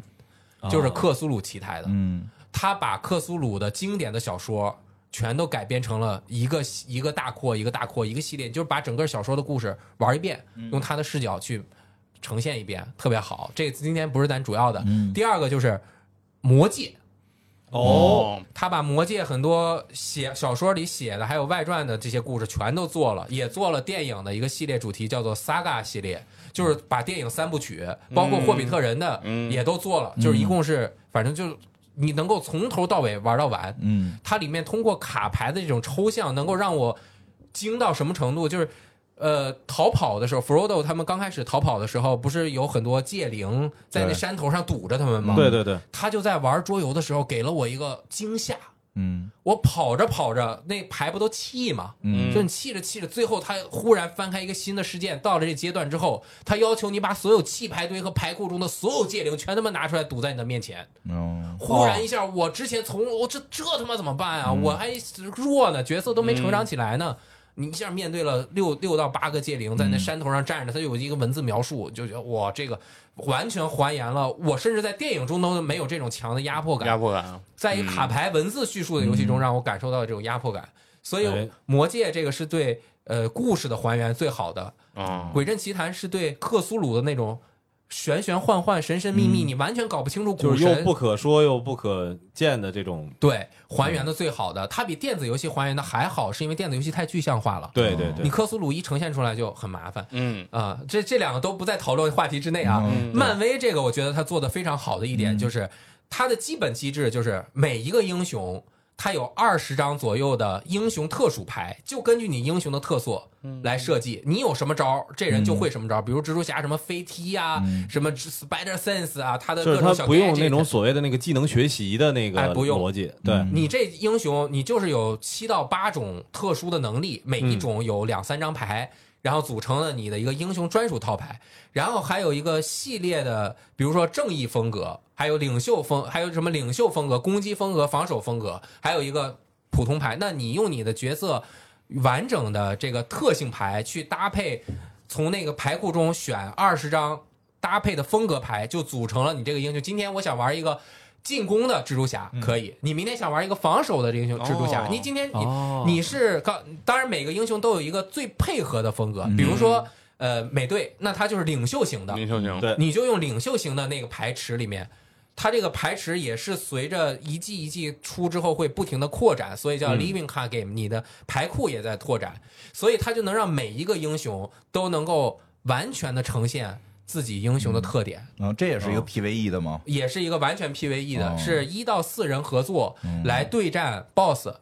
哦就是克苏鲁奇台的。嗯，他把克苏鲁的经典的小说全都改编成了一个一个大扩、一个大扩、一个系列，就是把整个小说的故事玩一遍，用他的视角去呈现一遍，特别好。这今天不是咱主要的。嗯第二个就是《魔戒》，哦，他把《魔戒》很多写小说里写的，还有外传的这些故事全都做了，也做了电影的一个系列主题，叫做 Saga 系列，就是把电影三部曲，嗯包括《霍比特人》的也都做了，就是一共是反正就是你能够从头到尾玩到完。嗯，它里面通过卡牌的这种抽象，能够让我惊到什么程度？就是呃，逃跑的时候，Frodo 他们刚开始逃跑的时候，不是有很多戒灵在那对山头上堵着他们吗？对对对，他就在玩桌游的时候给了我一个惊吓。嗯我跑着跑着，那牌不都气吗？嗯就你气着气着，最后他忽然翻开一个新的事件，到了这阶段之后，他要求你把所有气牌堆和牌库中的所有戒灵全他妈拿出来堵在你的面前。哦，忽然一下，我之前从我这这他妈怎么办啊？我还弱呢，角色都没成长起来呢。你一下面对了六六到八个戒灵在那山头上站着，它有一个文字描述，就觉得哇，这个完全还原了我甚至在电影中都没有这种强的压迫感压。迫感，在一个嗯卡牌文字叙述的游戏中，让我感受到这种压迫感。所以，哎《魔戒》这个是对呃故事的还原最好的，哦啊《鬼阵奇谭》是对克苏鲁的那种玄玄幻幻、神神秘秘，你完全搞不清楚嗯就古是又神嗯不可说又不可见的这种，对还嗯原的最好的。它比电子游戏还原的还好，是因为电子游戏太具象化了。对对你对，克苏鲁一呈现出来就很麻烦。嗯啊、这这两个都不在讨论话题之内啊。嗯漫威这个，我觉得他做的非常好的一嗯点就是，它的基本机制就是每一个英雄，它有二十张左右的英雄特殊牌，就根据你英雄的特色嗯来设计，你有什么招儿，这人就会什么招儿。比如蜘蛛侠什么飞踢啊，什么 Spider Sense 啊，他的嗯就各是种他小不用那种种。所谓的那个技能学习的那个哎不用逻辑，对，你这英雄，你就是有七到八种特殊的能力，每一种有两三张牌，然后组成了你的一个英雄专属套牌。然后还有一个系列的，比如说正义风格，还有领袖风，还有什么领袖风格、攻击风格、防守风格，还有一个普通牌。那你用你的角色完整的这个特性牌去搭配，从那个牌库中选二十张搭配的风格牌，就组成了你这个英雄。今天我想玩一个。进攻的蜘蛛侠可以，你明天想玩一个防守的这个英雄蜘蛛侠哦，你今天你哦你是刚，当然每个英雄都有一个最配合的风格，比如说呃美队，那他就是领袖型的，林秀宁，对 你就用领袖型的那个牌池里面，它这个牌池也是随着一季一季出之后会不停的扩展，所以嗯叫 Living Card Game，、你的牌库也在拓展，所以它就能让每一个英雄都能够完全的呈现自己英雄的特点。然后这也是哦一个 PVE 的吗？也是一个完全 PVE 的，哦是一到四人合作嗯来对战 BOSS，、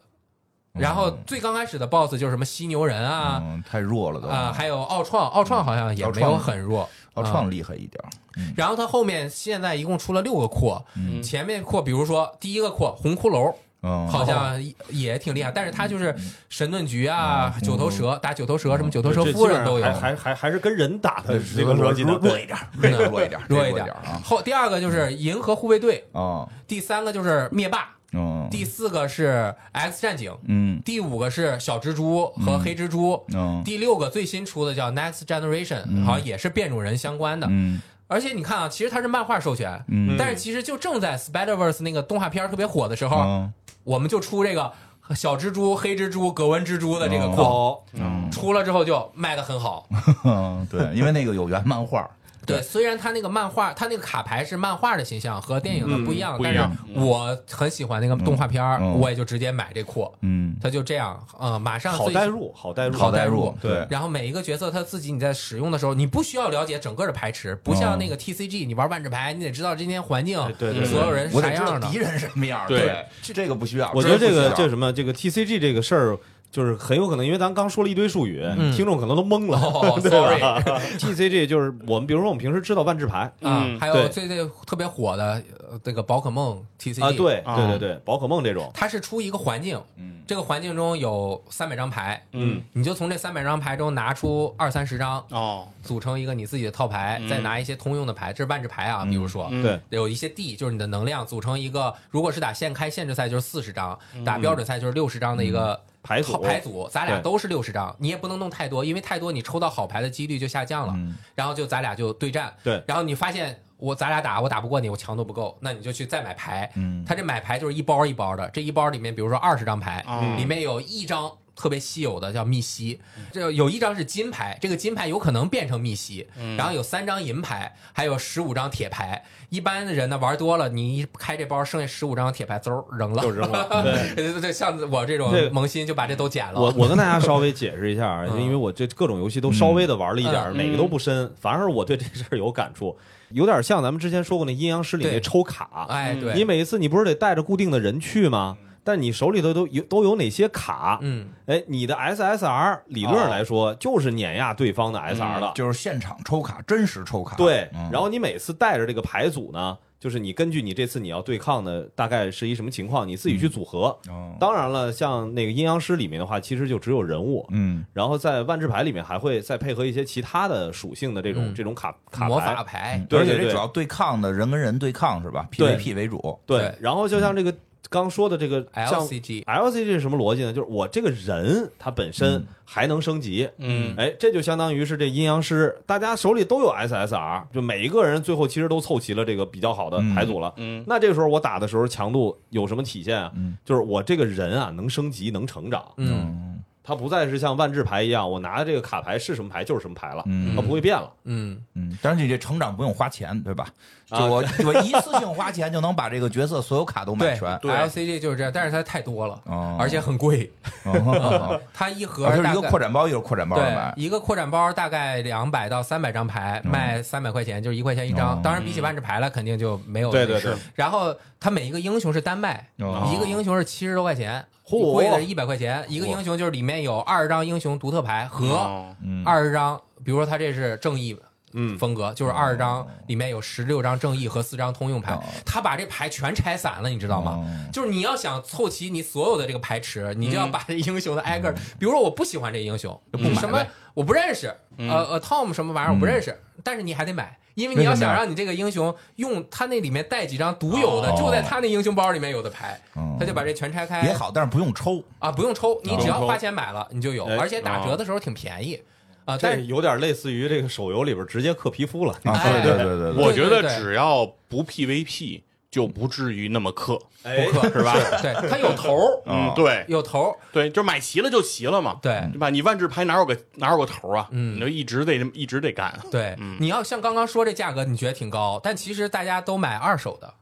然后最刚开始的 BOSS 就是什么犀牛人啊嗯，太弱了啊、都。还有奥创，奥创好像也奥没创有很弱，奥创厉害一点儿，然后它后面现在一共出了六个扩，嗯前面扩比如说第一个扩红骷髅。嗯，好哦像也挺厉害，但是它就是嗯神盾局啊、九头蛇打九头蛇，什么九头蛇这基夫本人上都有还，还还还是跟人打的这个弱逻辑的，弱对一点儿，嗯弱一点儿，弱一一点儿啊。后第二个就是银河护卫队，啊，第三个就是灭霸，嗯，第四个是 X 战警，嗯第五个是小蜘蛛和黑蜘蛛，嗯第六个最新出的叫 Next Generation，、好嗯像也是变种人相关的。嗯而且你看啊，其实它是漫画授权，嗯但是其实就正在 Spider Verse 那个动画片儿特别火的时候，嗯我们就出这个小蜘蛛、黑蜘蛛、葛纹蜘蛛的这个扩，哦，嗯出了之后就卖的很好。嗯，对，因为那个有原漫画，对，虽然它那个漫画，它那个卡牌是漫画的形象和电影嗯的不一样，不一但是样我很喜欢那个动画片儿，嗯嗯我也就直接买这扩。嗯，它就这样，呃，马上好最代入，好代入，好代代入对，然后每一个角色他自己你在使用的时候，你不需要了解整个的牌池，不像那个 TCG，你玩万智牌，你得知道今天环境哎对对对所有人是我啥得知道样的敌。人什么样儿，对对，这个不需要，我觉得这不需个要这什么，这个 TCG 这个事儿，就是很有可能，因为咱刚说了一堆术语，听众可能都懵了，嗯 哦对吧 ？TCG 就是我们，比如说我们平时知道万智牌啊嗯，还有对最最特别火的呃那个宝可梦 TCG 啊，对啊对对对，宝可梦这种，它是出一个环境，嗯这个环境中有三百张牌，嗯，你就从这三百张牌中拿出二三十张，哦，组成一个你自己的套牌，再拿一些通用的牌，这是万智牌啊，比如说，嗯对，有一些地就是你的能量组成一个，如果是打现开限制赛就是四十张，打标准赛就是六十张的一个嗯牌组好牌组，咱俩对都是六十张，你也不能弄太多，因为太多你抽到好牌的几率就下降了。嗯然后就咱俩就对战，对然后你发现我咱俩打我打不过你，我强度不够，那你就去再买牌。嗯他这买牌就是一包一包的，这一包里面比如说二十张牌，嗯里面有一张特别稀有的叫密西，这有一张是金牌，这个金牌有可能变成密西，然后有三张银牌，还有十五张铁牌。一般的人呢玩多了，你一开这包剩下十五张铁牌，邹儿扔了，就扔了。对， 对对对，像我这种对萌新就把这都捡了。我我跟大家稍微解释一下啊，嗯因为我这各种游戏都稍微的玩了一点儿，嗯每个都不深，反而我对这事儿有感触，有点像咱们之前说过那阴阳师里那对抽卡，哎，对，你每一次你不是得带着固定的人去吗？但你手里头都有都有哪些卡？嗯，哦哎，你的 SSR 理论上来说就是碾压对方的 SR 嗯的，就是现场抽卡，真实抽卡。对嗯。然后你每次带着这个牌组呢，就是你根据你这次你要对抗的大概是一什么情况，你自己去组合。哦当然了，像那个阴阳师里面的话，其实就只有人物，嗯然后在万智牌里面还会再配合一些其他的属性的这种、嗯这种卡卡魔牌法牌，对而对且这对主要对抗的人跟人对抗是吧对？PVP 为主。对，对然后就像这个刚说的这个像 LCG LCG 是什么逻辑呢？就是我这个人他本身还能升级，嗯，哎，这就相当于是这阴阳师，大家手里都有 SSR，就每一个人最后其实都凑齐了这个比较好的牌组了。嗯嗯那这时候我打的时候强度有什么体现啊？嗯就是我这个人啊能升级能成长，嗯嗯它不再是像万智牌一样，我拿的这个卡牌是什么牌就是什么牌了，嗯它不会变了。嗯，嗯，当然你这成长不用花钱，对吧？就啊我我一次性花钱就能把这个角色所有卡都买对全。 ，LCG 就是这样，但是它太多了，哦而且很贵，哦它一盒啊就是大一个概扩展包，一个扩展包的对买。嗯一个扩展包大概两百到三百张牌，卖三百块钱，就是一块钱一哦张。当然比起万智牌来，肯定就没有对那对事对。然后它每一个英雄是单卖，哦一个英雄是七十多块钱，嚯贵的一百块钱。一个英雄就是里面有二十张英雄独特牌和哦嗯二十张，比如说它这是正义嗯，风格，就是二十张里面有十六张正义和四张通用牌哦，他把这牌全拆散了，你知道吗？哦就是你要想凑齐你所有的这个牌池，你就要把这英雄的挨个儿，比如说我不喜欢这英雄，嗯不买什么呗嗯我不认识，呃呃 Tom 什么玩意儿我不认识，但是你还得买。因为你要为什么想呀让你这个英雄用他那里面带几张独有的，哦就在他那英雄包里面有的牌哦，他就把这全拆开也好，但是不用抽。啊，不用抽，你只要不用抽花钱买了你就有哎，而且哦打折的时候挺便宜啊。但这是有点类似于这个手游里边直接刻皮肤了。啊哎对对对对我觉对对得对只要不 PVP 就不至于那么氪，哎，是吧？对他有头儿，哦嗯，对有头儿，对，就买齐了就齐了嘛，嗯对。对吧？你万智牌哪有个哪有个头啊？嗯你就一直得一直得干啊。对，你要像刚刚说这价格，你觉得挺高，但其实大家都买二手的。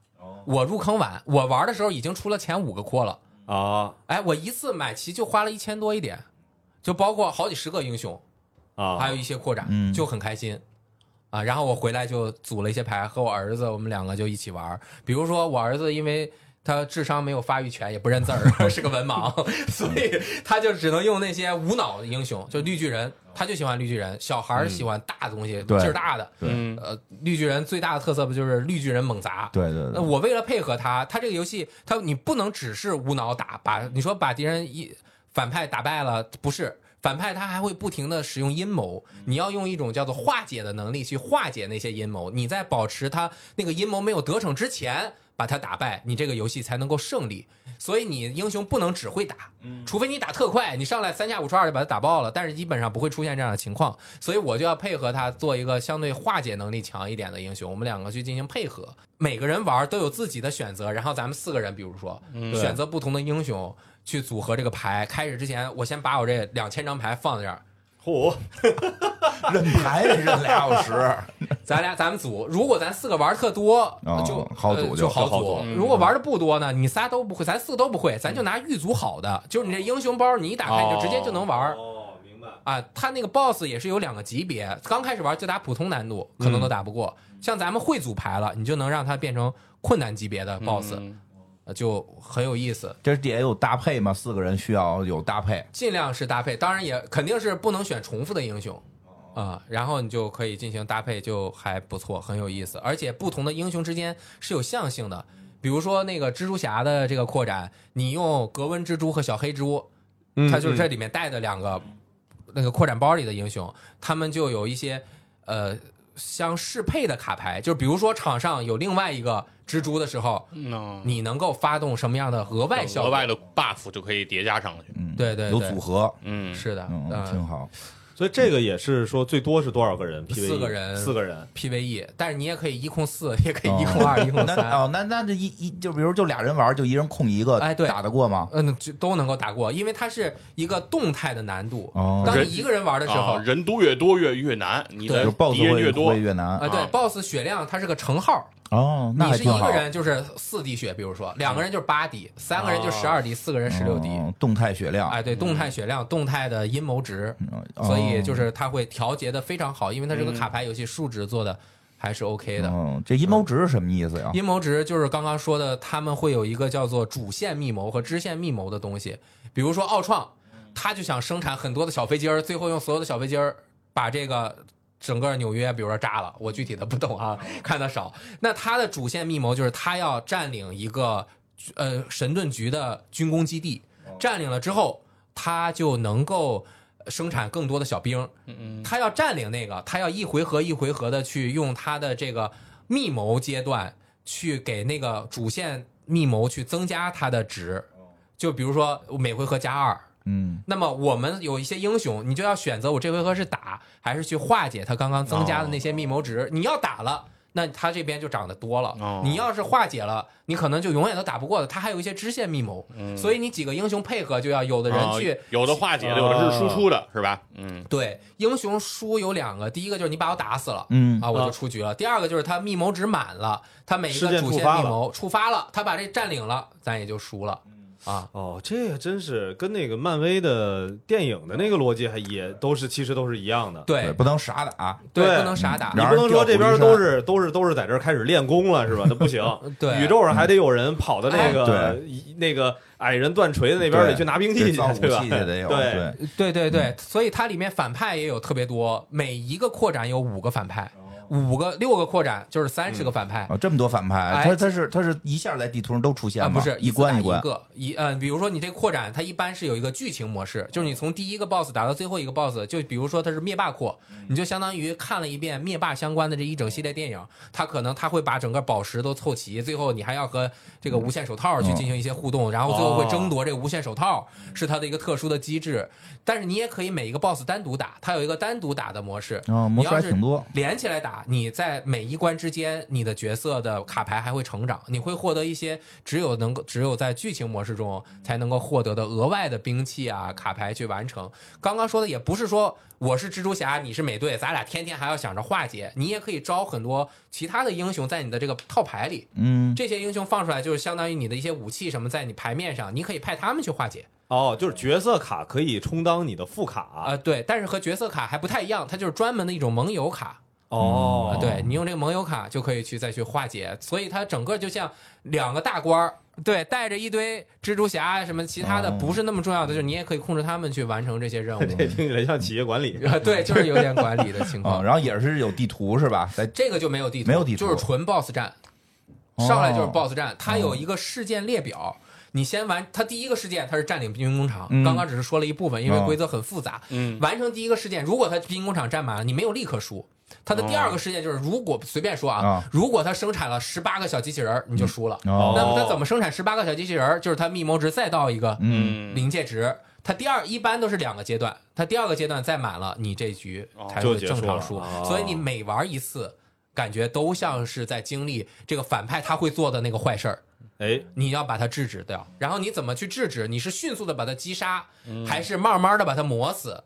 我入坑晚，我玩的时候已经出了前五个扩了，啊哎，我一次买齐就花了一千多一点，就包括好几十个英雄，啊，还有一些扩展，嗯就很开心。啊，然后我回来就组了一些牌，和我儿子我们两个就一起玩儿。比如说我儿子，因为他智商没有发育全，也不认字儿， 是个文盲， 所以他就只能用那些无脑的英雄，就绿巨人，他就喜欢绿巨人。小孩儿喜欢大的东西，嗯对劲儿大的。嗯呃，绿巨人最大的特色不就是绿巨人猛砸？对对那对，我为了配合他，他这个游戏，他你不能只是无脑打，把你说把敌人一反派打败了，不是反派他还会不停的使用阴谋，你要用一种叫做化解的能力去化解那些阴谋，你在保持他那个阴谋没有得逞之前把他打败，你这个游戏才能够胜利。所以你英雄不能只会打，除非你打特快，你上来三下五除二就把他打爆了，但是基本上不会出现这样的情况。所以我就要配合他做一个相对化解能力强一点的英雄，我们两个去进行配合。每个人玩都有自己的选择，然后咱们四个人，比如说、选择不同的英雄去组合这个牌。开始之前，我先把我这两千张牌放在这儿， 嚯，认牌得认俩小时。咱俩咱们组，如果咱四个玩特多，哦就好组呃就就好好组；如果玩的不多呢，你仨都不会，咱四个都不会，咱就拿预组好的，就是你这英雄包，你一打开你就直接就能玩。哦，明白。啊，他那个 BOSS 也是有两个级别，刚开始玩就打普通难度，可能都打不过。像咱们会组牌了，你就能让它变成困难级别的 BOSS，、呃嗯就很有意思。这也有搭配吗？四个人需要有搭配。尽量是搭配，当然也肯定是不能选重复的英雄哦啊、然后你就可以进行搭配，就还不错，很有意思。而且不同的英雄之间是有象性的，嗯比如说那个蜘蛛侠的这个扩展，你用格温蜘蛛和小黑蜘蛛，它就是这里面带的两个那个扩展包里的英雄，他们就有一些呃相适配的卡牌，就是比如说场上有另外一个蜘蛛的时候，嗯，你能够发动什么样的额外效额果？外的 buff 就可以叠加上去。嗯，对对有对组合，嗯，是的，嗯，挺嗯好。所以这个也是说最多是多少个人？PVE 四个人四个人。 ，PVE，但 E，是你也可以一控四，也可以一 控二、一控哦那三，哦，那那这一一就比如就俩人玩，就一人控一个，哎对打得过吗？嗯，就都能够打过，因为它是一个动态的难度。哦当你人一个人玩的时候啊，，人多越多越越难，你就的对是 BOSS 敌人会越多会，越难啊，对啊，BOSS 血量它是个乘号，哦，那你还是挺一好个。人就是四滴血，比如说两个人就是八滴，三个人就十二滴，四个人十六滴。哦嗯动态血量，哎，对，动态血量、动态的阴谋值，嗯所以就是它会调节的非常好，因为它是个卡牌游戏，数值做的还是 OK 的。嗯，这阴谋值是什么意思呀？阴谋值就是刚刚说的，他们会有一个叫做主线密谋和支线密谋的东西，比如说奥创，他就想生产很多的小飞机儿，最后用所有的小飞机儿把这个。整个纽约，比如说炸了，我具体的不懂啊，看的少。那他的主线密谋就是他要占领一个呃神盾局的军工基地，占领了之后，他就能够生产更多的小兵。他要占领那个，他要一回合一回合的去用他的这个密谋阶段去给那个主线密谋去增加它的值。就比如说每回合加二，嗯，那么我们有一些英雄，你就要选择我这回合是打还是去化解他刚刚增加的那些密谋值。你要打了。那他这边就涨得多了哦，你要是化解了，你可能就永远都打不过的。他还有一些支线密谋，所以你几个英雄配合就要有的人啊去有的化解的，有的是输出的，是吧？嗯，对，英雄输有两个，第一个就是你把我打死了，嗯啊，我就出局了；第二个就是他密谋值满了，他每一事个件主触线发密了谋触发了，他把这占领了，咱也就输了啊。哦，这个真是跟那个漫威的电影的那个逻辑还也都是，其实都是一样的。对，对不能啊傻打，对嗯不能傻打，你然，后不能说这边调虎都离是都是都是在这儿开始练功了是吧？那不行 对宇宙上还得有人跑到那哎个一那个矮人断锤的那边对得去拿兵器去，造武对吧？器也得有，对，对，呃对对嗯对，所以它里面反派也有特别多，每一个扩展有五个反派，五个六个扩展就是三十个反派。哦，这么多反派，哎他他是他是一下在地图上都出现啊，吗？不是一次打关一关，个一呃，比如说你这个扩展，它一般是有一个剧情模式，就是你从第一个 boss 打到最后一个 boss，就比如说它是灭霸扩，嗯你就相当于看了一遍灭霸相关的这一整系列电影，它可能它会把整个宝石都凑齐，最后你还要和这个无限手套嗯去进行一些互动，然后最后会哦争夺这个无限手套，是它的一个特殊的机制。但是你也可以每一个 boss 单独打，它有一个单独打的模式，哦，你魔术要还是挺多，连起来打，你在每一关之间，你的角色的卡牌还会成长，你会获得一些只有能够只有在剧情模式中才能够获得的额外的兵器啊卡牌去完成。刚刚说的也不是说我是蜘蛛侠，你是美队，咱俩天天还要想着化解，你也可以招很多其他的英雄在你的这个套牌里，嗯，这些英雄放出来就是相当于你的一些武器什么在你牌面上，你可以派他们去化解。哦，就是角色卡可以充当你的副啊、卡对，但是和角色卡还不太一样，它就是专门的一种盟友卡。哦。嗯啊，，对你用这个盟友卡就可以去再去化解，所以它整个就像两个大官儿，对，带着一堆蜘蛛侠什么其他的哦不是那么重要的，就是你也可以控制他们去完成这些任 务这听起来像企业管理。啊，对，就是有点管理的情哦，况。然后也是有地图是吧？在这个就没有地图，没有地图就是纯 BOSS 战，哦上来就是 BOSS 战，它有一个事件列表。你先完，它第一个事件它是占领兵工厂，嗯刚刚只是说了一部分，因为哦规则很复杂。嗯完成第一个事件，如果它兵工厂占满了，你没有立刻输。它的第二个事件就是，如果随便说啊啊，如果它生产了十八个小机器人儿，你就输了。哦那么它怎么生产十八个小机器人儿？就是它密谋值再到一个嗯临界值。它第二一般都是两个阶段，它第二个阶段再满了，你这局才就会结正束常了输。哦所以你每玩一次，感觉都像是在经历这个反派他会做的那个坏事儿，哎，你要把它制止掉。然后你怎么去制止？你是迅速的把它击杀，还是慢慢的把它磨死，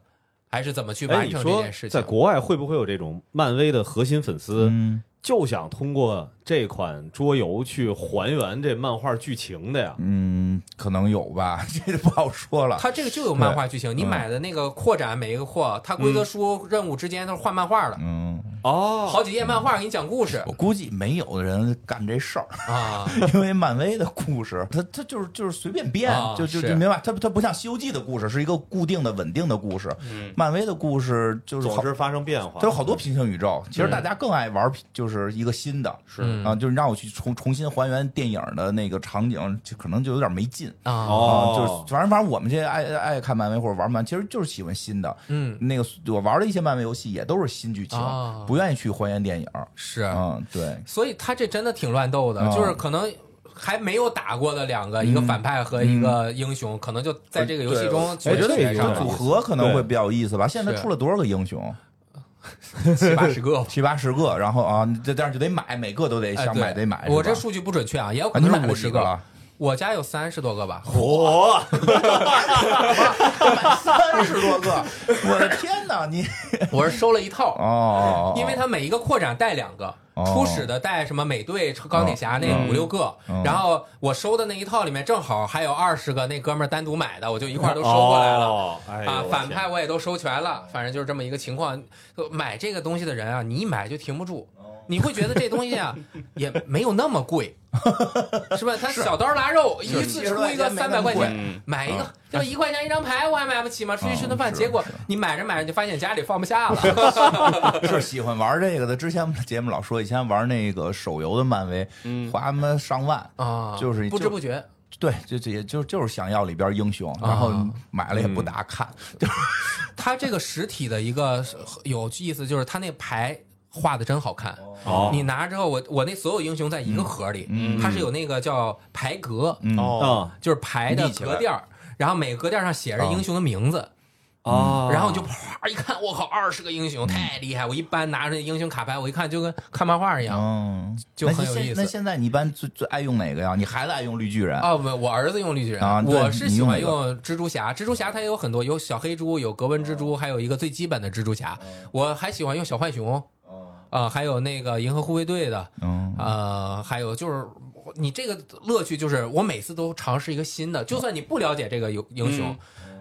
还是怎么去哎，完你成这说件事情？在国外会不会有这种漫威的核心粉丝嗯就想通过这款桌游去还原这漫画剧情的呀？嗯，可能有吧， 这就不好说了。它这个就有漫画剧情，你买的那个扩展每一个扩，它嗯规则书任务之间都是换漫画的，嗯，哦，好几页漫画给你讲故事我估计没有人干这事儿，嗯啊。因为漫威的故事，它它就是就是随便编，啊就就是就明白，它它不像《西游记》的故事是一个固定的稳定的故事，漫威的故事就是好总，是发生变化它。有好多平行宇宙，其实大家更爱玩就是一个新的，是嗯啊，就是让我去重重新还原电影的那个场景，就可能就有点没劲。啊，哦啊，就是反正反正我们这些爱爱爱看漫威或者玩漫，其实就是喜欢新的。嗯，那个我玩的一些漫威游戏也都是新剧情，啊不愿意去还原电影。是嗯，对，所以他这真的挺乱斗的，啊就是可能还没有打过的两个，一个反派和一个英雄，可能就在这个游戏中我角觉色得选有上个了组合可能会比较有意思吧。现在是出了多少个英雄？七八十个吧。七八十个，然后啊，你这但是就得买，每个都得哎 想对买得买。我是吧这数据不准确啊，也有啊可你能买是了五几十个了？我家有三十多个吧，嚯，三十多个，我的天哪！ 你我是收了一套，哦，因为它每一个扩展带两个哦，初始的带什么美队、钢铁侠那嗯五六个嗯，然后我收的那一套里面正好还有二十个那哥们儿单独买的，我就一块儿都收过来了。哦哎呦啊，我反天派我也都收全了，反正就是这么一个情况。呃买这个东西的人啊，你一买就停不住，你会觉得这东西啊也没有那么贵，是吧？他小刀拉肉，一次出一个三百没那么块贵钱，嗯，买一个啊要一块钱一张牌，我还买不起吗？出去吃顿饭，嗯是结果你买着买着你就发现家里放不下了。是喜欢玩这个的。之前我们节目老说，以前玩那个手游的漫威，嗯花他妈上万，啊，就是不知不觉，对，就就也就就是想要里边英雄，然后啊买了也嗯不打看，哎它这个实体的一个有意思，就是它那牌画的真好看。哦你拿之后，我我那所有英雄在一个盒里，它是有那个叫牌格，嗯哦，啊就是牌的立起来哦格垫儿，然后每个格垫儿上写着英雄的名字，啊然后我就啪一看，我靠，二十个英嗯雄太厉害！我一般拿着那英雄卡牌，我一看就跟看漫画一样。嗯，就很有那意现思那现在你一般最最爱用哪个呀？你孩子爱用绿巨人，啊，我我儿子用绿巨人，啊对我是喜欢你用用蜘蛛侠。蜘蛛侠它也有很多，有小黑猪，有格纹蜘哦蛛，还有一个最基本的蜘蛛侠。我还喜欢用小浣熊，哦啊，还有那个银河护卫队的，嗯，呃，还有就是你这个乐趣就是我每次都尝试一个新的，就算你不了解这个英英雄。嗯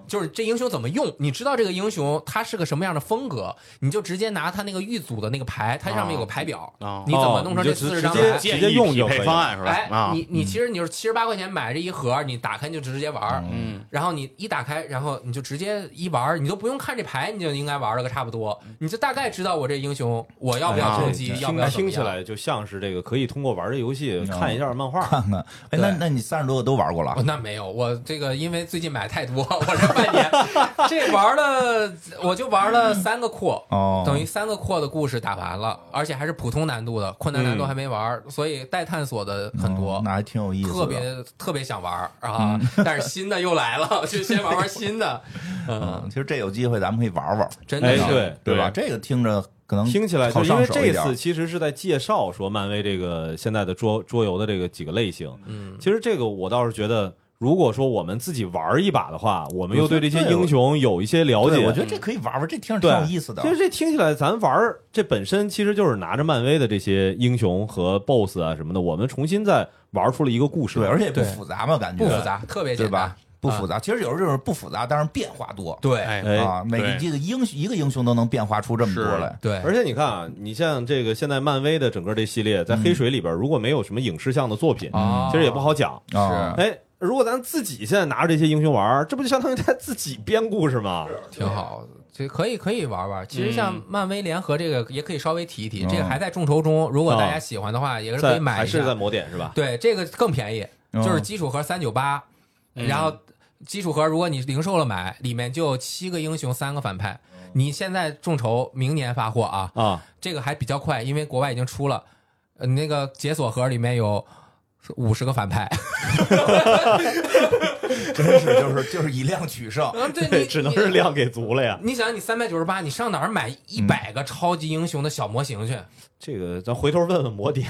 就是这英雄怎么用？你知道这个英雄他是个什么样的风格，你就直接拿他那个预组的那个牌，它上面有个牌表，啊你怎么弄成这哦你就四直十张直牌？接建议直接用匹就可以配方案是吧？哎啊，，你你其实你就是七十八块钱买这一盒，你打开你就直接玩儿，嗯，然后你一打开，然后你就直接一玩儿，你都不用看这牌，你就应该玩了个差不多，嗯你就大概知道我这英雄我要不要哎攻击，要不要听怎听么起样。来就像是这个可以通过玩这游戏嗯看一下漫画，看看，哎，那对那你三十多个都玩过了啊哦，那没有，我这个因为最近买太多， 我这半年这玩了，我就玩了三个扩，哦，等于三个扩的故事打完了，而且还是普通难度的，困难难度还没玩儿，所以待探索的很多哦。那还挺有意思的，特别特别想玩儿啊，但是新的又来了，就先玩玩新的。嗯，嗯，其实这有机会咱们可以玩玩，真的哎，是对。对吧？这个听着可能听起来好就是因上为手一这点次其实是在介绍说漫威这个现在的桌桌游的这个几个类型。嗯，其实这个我倒是觉得，如果说我们自己玩一把的话，我们又对这些对英雄有一些了对解，嗯我觉得这可以玩玩，这听着挺对有意思的其。实这听起来，咱玩儿这本身其实就是拿着漫威的这些英雄和 BOSS 啊什么的，我们重新再玩出了一个故事。对，而且也不对复杂嘛，感觉不复，杂，特别对简单嗯吧？？不复杂，其实有时候就是不复杂，但是变化多对哎，哎啊，每个对这个英一个英雄都能变化出这么多是来。对，而且你看啊，你像这个现在漫威的整个这系列，在黑水里边如果没有什么影视像的作品，啊其实也不好讲。啊，哎，如果咱自己现在拿着这些英雄玩儿，这不就相当于在自己编故事吗？挺好。这可以可以玩玩，其实嗯像漫威联合这个也可以稍微提一提，嗯这个还在众筹中，如果大家喜欢的话，也是可哦在以买还一是在哦下。某点是吧？对，这个更便宜，嗯就是基础盒三九八，嗯然后基础盒如果你零售了买，里面就有七个英雄，三个反派。哦你现在众筹，明年发货啊，啊，这个还比较快，因为国外已经出了，呃，那个解锁盒里面有五十个 反派，真是就是就是以量取胜。啊， 对对，只能是。量给足了呀。你想，你三百九十八，你上哪儿买一嗯百个超级英雄的小模型去？这个咱回头问问魔 点，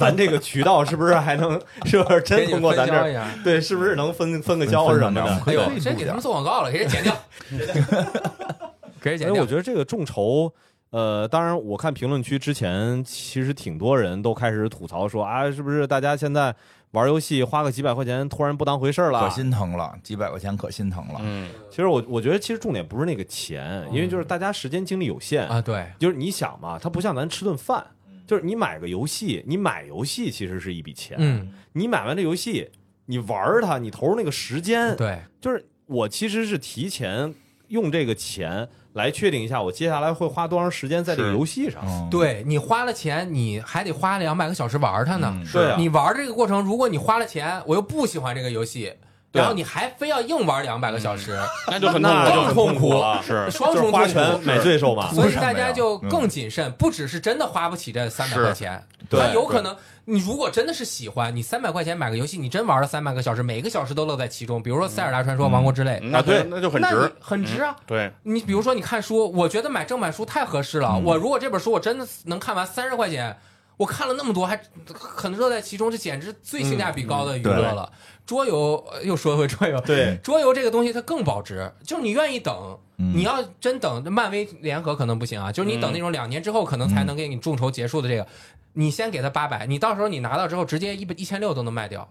咱这个渠道是不是还能，是不是给真通你们过分咱这销儿一？下。对，是不是能分分个销什么的？哎呦可以，这给他们做广告了，给人剪 掉，给人所剪哎以我掉。觉得这个众筹，呃，当然我看评论区之前，其实挺多人都开始吐槽说啊，是不是大家现在玩游戏花个几百块钱，突然不当回事儿可了？心疼了，几百块钱可心疼了。嗯，其实我我觉得其实重点不是那个钱，因为就是大家时间精力有限，嗯啊，嗯对，就是你想嘛，它不像咱吃顿饭。就是你买个游戏，你买游戏其实是一笔钱，嗯，你买完这游戏，你玩儿它，你投入那个时间，嗯对，就是我其实是提前用这个钱来确定一下，我接下来会花多长时间在这个是游戏上。嗯，对你花了钱，你还得花两百个小时玩它呢。对啊你玩这个过程，如果你花了钱，我又不喜欢这个游戏，对啊然后你还非要硬玩两百个小时，啊那就很痛苦那了，就很痛苦了，是双重就是花痛苦嗯拳买罪受嘛。所以大家就嗯更谨慎，不只是真的花不起这三百块钱，对他有可能你如果真的是喜欢，你三百块钱买个游戏，你真玩了三百个小时，每个小时都乐在其中。比如说《塞尔达传说：王国之嗯泪》，那对，那就很那值你，很值啊。对，你比如说，你看书，我觉得买正版书太合适了。嗯我如果这本书我真的能看完三十块钱，我看了那么多，还很乐在其中，这简直最性价比高的娱乐了。桌游呃又说回桌游，嗯对，桌游这个东西它更保值，就是你愿意等，嗯嗯你要真等漫威联合可能不行啊，就是你等那种两年之后可嗯能才能给你众筹结束的这个，你先给他八百，你到时候你拿到之后直接一一千六都能卖掉，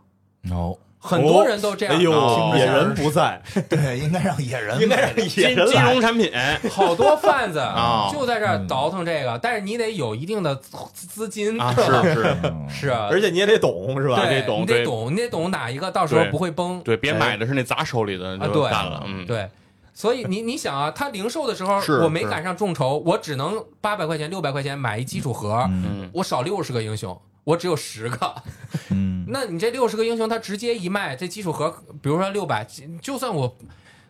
哦， 很多人都这样。哎呦哦，野人不在，对，应该让野人应该让野金人金来。融产品，好多贩子啊嗯就在这儿倒腾这个，但是你得有一定的资资 金 啊，是是，嗯是，啊而且你也得懂是吧？对，得懂你得对懂，你得懂哪一个到时候对不会崩，对，别买的是那砸手里的啊就对干了，嗯，对。所以你你想啊，它零售的时候是我没是赶上众筹，我只能八百块钱、六百块钱买一基础盒，嗯，我少六十个英雄，我只有十个。嗯， 那你这六十个英雄，它直接一卖，这基础盒，比如说六百，就算我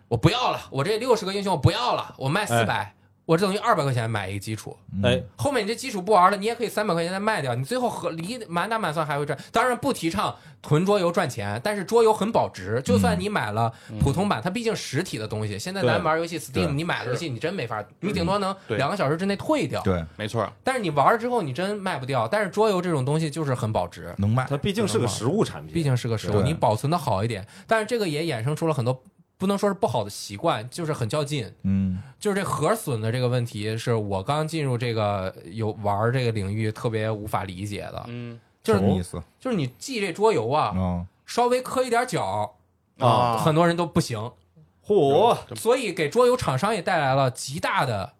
我不要了，我这六十个英雄我不要了，我卖四百、哎我这等于二百块钱买一个基础。哎，后面你这基础不玩了，你也可以三百块钱再卖掉，你最后合离满打满算还会赚。当然不提倡囤桌游赚钱，但是桌游很保值，就算你买了普通版，它毕竟实体的东西。现在咱对玩游戏嗯对嗯，Steam 你买了游戏你真没法，你顶多能对两个小时之内退掉。对，没错，但是你玩了之后你真卖不掉，但是桌游这种东西就是很保值。能卖它毕竟是个实物产品，毕竟是个食物，对你保存的好一点，但是这个也衍生出了很多不能说是不好的习惯，就是很较劲，嗯就是这核损的这个问题，是我刚进入这个有玩儿这个领域特别无法理解的，嗯就是什么意思就是你记这桌游啊，啊？稍微磕一点脚，啊哦很多人都不行，嚯，所以给桌游厂商也带来了极大的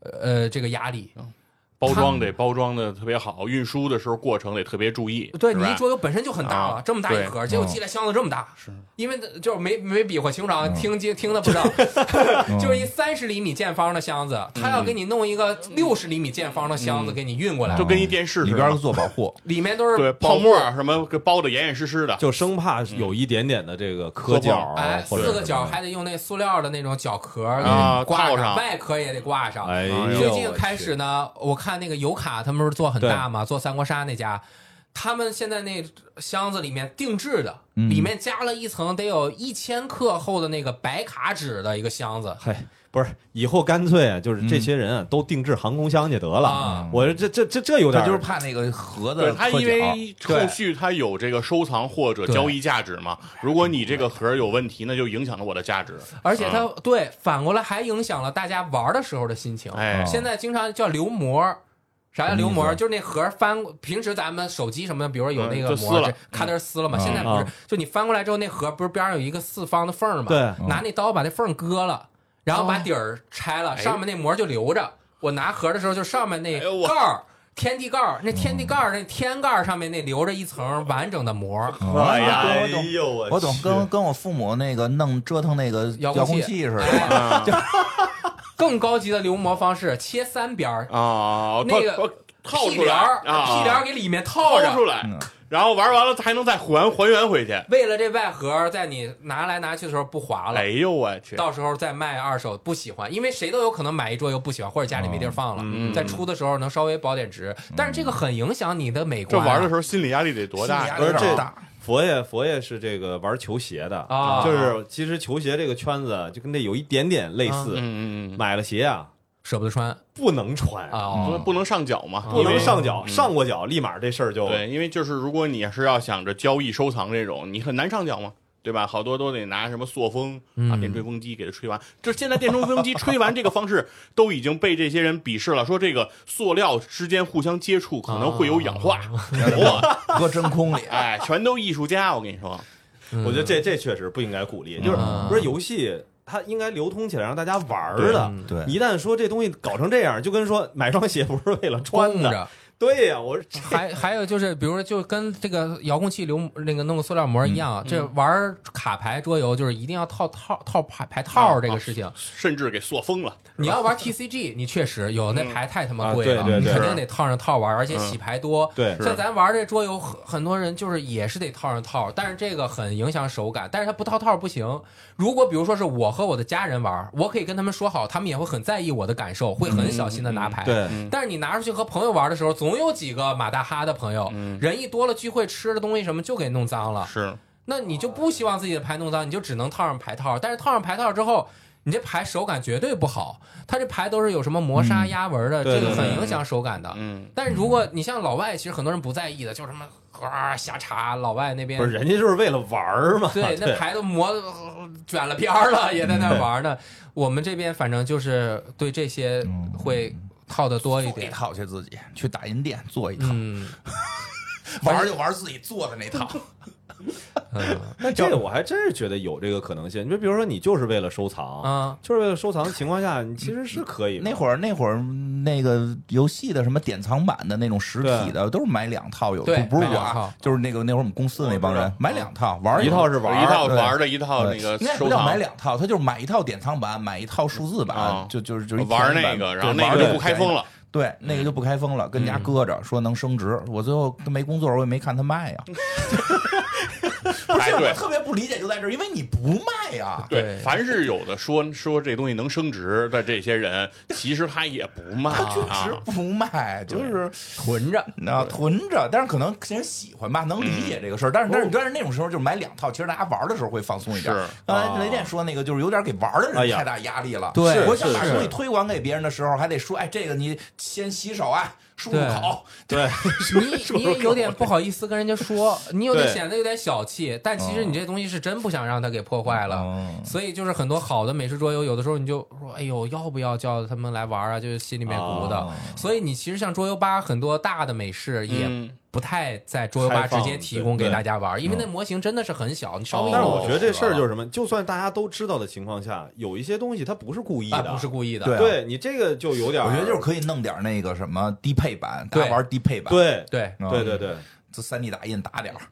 呃这个压力。嗯包装得包装的特别好，运输的时候过程得特别注意，对是你吧一桌游本身就很大了，啊这么大一对盒，嗯结果寄来箱子这么大，是因为就是没没比划清楚嗯啊，听听听的不知道， 就是一三十厘米见方的箱子，他要给嗯你弄一个六十厘米见方的箱子给你运过来就，跟一电视似里的边儿做保护，里面都是嗯对保泡护沫儿什么给包的严严实实的，就生怕有一点点的这个磕角啊，哎，或者四个角还得用那塑料的那种角壳给啊挂套上外壳也得挂上。啊哎呦，最近开始呢，我看那个油卡他们不是做很大嘛，做三国杀那家，他们现在那箱子里面定制的，嗯里面加了一层得有一千克厚的那个白卡纸的一个箱子，嗨，不是，以后干脆啊，就是这些人啊，都定制航空箱去得了。嗯嗯啊我这这这这有点他儿，就是怕那个盒对子它破因角为后续它有这个收藏或者交易价值嘛。如果你这个盒儿有问题，那就影响了我的价值。而啊且它对反过来还影响了大家玩的时候的心情。哦哎，现在经常叫留膜。啥叫留什么膜？意思就是那盒翻，平时咱们手机什么的，比如说有那嗯个就膜，撕了这咔噔撕了嘛。嗯现在不是啊，就你翻过来之后，那盒不是边上有一个四方的缝儿嘛？对拿那刀把那缝儿割了，然后把底儿拆了，哦哎上面那膜就留着。我拿盒的时候，就上面那哎呦我盖儿，天地盖儿，那天地盖儿，那天盖儿上面那留着一层完整的膜。 哎呀哎我懂呦我我懂去，跟跟我父母那个弄折腾那个遥遥控控器器似的，啊 更高级的留膜方式，切三边儿，啊，那个套套屁出帘来儿，啊，屁帘儿给里面套掏着出。嗯来，然后玩完了还能再还还原回去。为了这外盒，在你拿来拿去的时候不划了，哎呦我去，到时候再卖二手不喜欢，因为谁都有可能买一桌又不喜欢，或者家里没地儿放了，嗯在出的时候能稍微保点值，但是这个很影响你的美这观啊。玩的时候心理压力得多大 心理呀？不压力是有点这大佛爷佛爷是这个玩球鞋的啊就是其实球鞋这个圈子就跟这有一点点类似，嗯嗯嗯买了鞋啊舍不得穿不能嗯穿，啊，嗯不，不能上脚嘛，不因能为上脚，上过脚立马这事儿就对，因为就是如果你是要想着交易收藏这种，你很难上脚嘛，对吧？好多都得拿什么塑封啊、电吹风机给它吹完。就是现在电吹风机吹完这个方式都已经被这些人鄙视了，说这个塑料之间互相接触可能会有氧化。哇，，搁真 空里哎，全都艺术家，我跟你说，我觉得这这确实不应该鼓励，就是嗯不是游戏。它应该流通起来，让大家玩儿的。对对一旦说这东西搞成这样，就跟说买双鞋不是为了穿光的着，对呀、我这还 还有就是，比如说，就跟这个遥控器留那个弄个塑料膜一嗯样，这玩卡牌桌游就是一定要套套套牌牌套这个事情。啊甚至给塑封了。你要玩 TCG，你确实有那牌太他妈贵了，啊对对你对嗯肯定得套上套玩，而且洗牌多。对像咱玩这桌游，很很多人就是也是得套上套，但是这个很影响手感，但是他不套套不行。如果比如说是我和我的家人玩，我可以跟他们说好，他们也会很在意我的感嗯受，会很小心的拿哎牌。对但是你拿出去和朋友玩的时候，总有几个马大哈的朋友，嗯人一多了，聚会吃的东西什么就给弄脏了。是，那你就不希望自己的牌弄脏，你就只能套上牌套。但是套上牌套之后，你这牌手感绝对不好，它这牌都是有什么磨砂压纹的，对这个对很对影响手感的。嗯，但是如果你像老外，其实很多人不在意的，就是什么啊瞎查，老外那边不是人家就是为了玩儿嘛， 对，那牌都磨呃卷了边儿了，也在那儿玩呢。我们这边反正就是对这些会套的多一做一点。套去自己去打印店做一套，嗯玩儿就玩儿自己做的那套。嗯但这个我还真是觉得有这个可能性。你就比如说，你就是为了收藏，啊，就是为了收藏的情况下，你其实是可以的。那会儿那会儿那个游戏的什么典藏版的那种实体的，都是买两套，有对不是买我两套啊，就是那个那会儿我们公司那帮我知人道买两套玩儿一套是玩儿一套对玩的，一套那个应该呃收不叫藏买，两套，他就是买一套典藏版，买一套数字版，啊就就是就是一玩便宜那版个，然后对那玩个那就不开封了。嗯对，那个就不开封了，跟家搁着，说能升值。我最后都没工作，我也没看他卖啊呀。不哎是，对我特别不理解就在这儿，因为你不卖啊呀。对对，凡是有的说说这东西能升值的这些人，其实他也不卖他确啊实。不卖，就是囤着。那囤着，但是可能人喜欢吧，能理解这个事儿。但是但是但是那种时候就是买两套，其实大家玩的时候会放松一点是。刚才雷电说那个就是有点给玩的哎人呀太大压力了。对是我想把是东西推广给别人的时候，还得说，哎，这个你先洗手啊，漱漱口。对， 你你也有点不好意思跟人家说，你有点对嗯显得有点小气，但其实你这东西是真不想让它给破坏了。嗯所以就是很多好的美式桌游，有的时候你就说，哎呦，要不要叫他们来玩啊？就是心里面鼓的哦。所以你其实像桌游吧，很多大的美式也嗯不太在桌游吧开直放嗯接提供给大家玩，因为那模型真的是很小，你稍微哦一但是弄我觉得这事儿就是是什么，就算大家都知道的情况下，有一些东西它不是故意啊，的，不是故意的。对对你这个就有点儿，我觉得就是可以弄点那个什么低配版，大对家玩低配版，对对嗯对对对，这三 D 打印打点儿，啊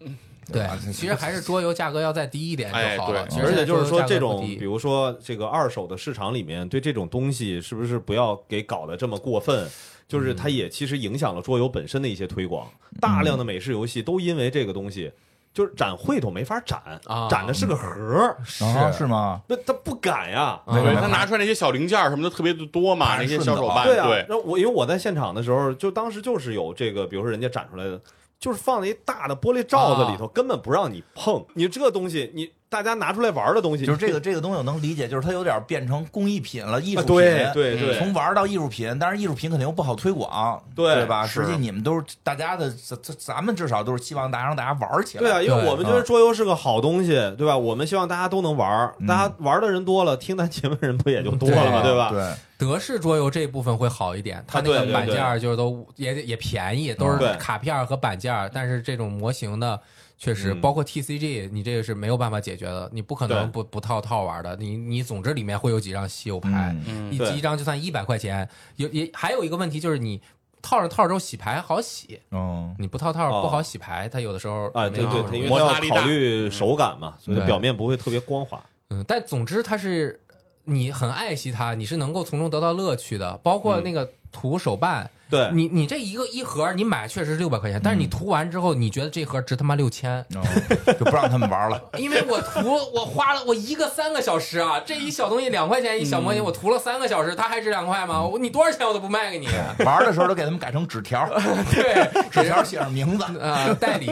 对吧，其实还是桌游价格要再低一点哎就好了。对其实而且就是现说在桌游价格这不种，低比如说这个二手的市场里面，对这种东西是不是不要给搞得这么过分？就是它也其实影响了桌游本身的一些推广，大量的美式游戏都因为这个东西，就是展会都没法展啊，展的是个盒儿，啊是吗？那他不敢呀。嗯对对他拿出来那些小零件儿什么的特别的多嘛，那些小手办，对啊，对，那我因为我在现场的时候，就当时就是有这个，比如说人家展出来的，就是放在一大的玻璃罩子里头，根本不让你碰。你这东西，你大家拿出来玩的东西，就是这个这个东西我能理解，就是它有点变成工艺品了，艺啊术品。嗯对对对从玩到艺术品，但是艺术品肯定又不好推广，对对吧？是实际你们都是大家的，咱咱咱们至少都是希望大家让大家玩起来。对啊，因为对我们觉得桌游是个好东西，对吧？我们希望大家都能玩儿，嗯大家玩的人多了，听咱节目的人不也就多了嘛，对吧？对，德式桌游这一部分会好一点，它啊那对个对板对件儿就是都也也便宜，都对是卡片儿和板件儿，但是这种模型的。确实，嗯包括 TCG，你这个是没有办法解决的，你不可能不不套套玩的。你你总之里面会有几张稀有牌，嗯嗯你对集一张就算一百块钱。有也还有一个问题就是你套着套着之后洗牌好洗，嗯，你不套套哦不好洗牌，它有的时候啊，没对对，那么容它易因为摩擦它力要大考虑手感嘛，所以它对表面不会特别光滑。嗯，但总之它是你很爱惜它，你是能够从中得到乐趣的，包括嗯那个涂手办。对，你你这一个一盒，你买确实是六百块钱，但是你涂完之后，你觉得这盒值他妈六千，嗯 就不让他们玩了。因为我涂我花了我一个三个小时啊，这一小东西两块钱一小模型，我涂了三个小时，它还值两块吗？我你多少钱我都不卖给你，玩的时候都给他们改成纸条， 对，纸条写上名 字。呃，代理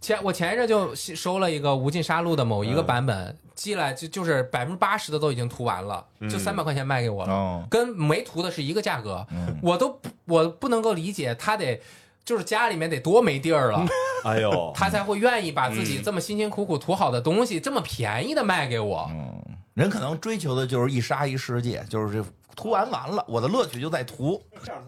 前我前一阵就收了一个《无尽杀戮》的某一个版本，寄来就就是百分之八十的都已经涂完了，就三百块钱卖给我了，哦跟没涂的是一个价格，我都不我不能够理解他得。就是家里面得多没地儿了，哎呦，他才会愿意把自己这么辛辛苦苦涂好的东西，这么便宜的卖给我。嗯，人可能追求的就是一杀一世界，就是这涂完完了，我的乐趣就在涂。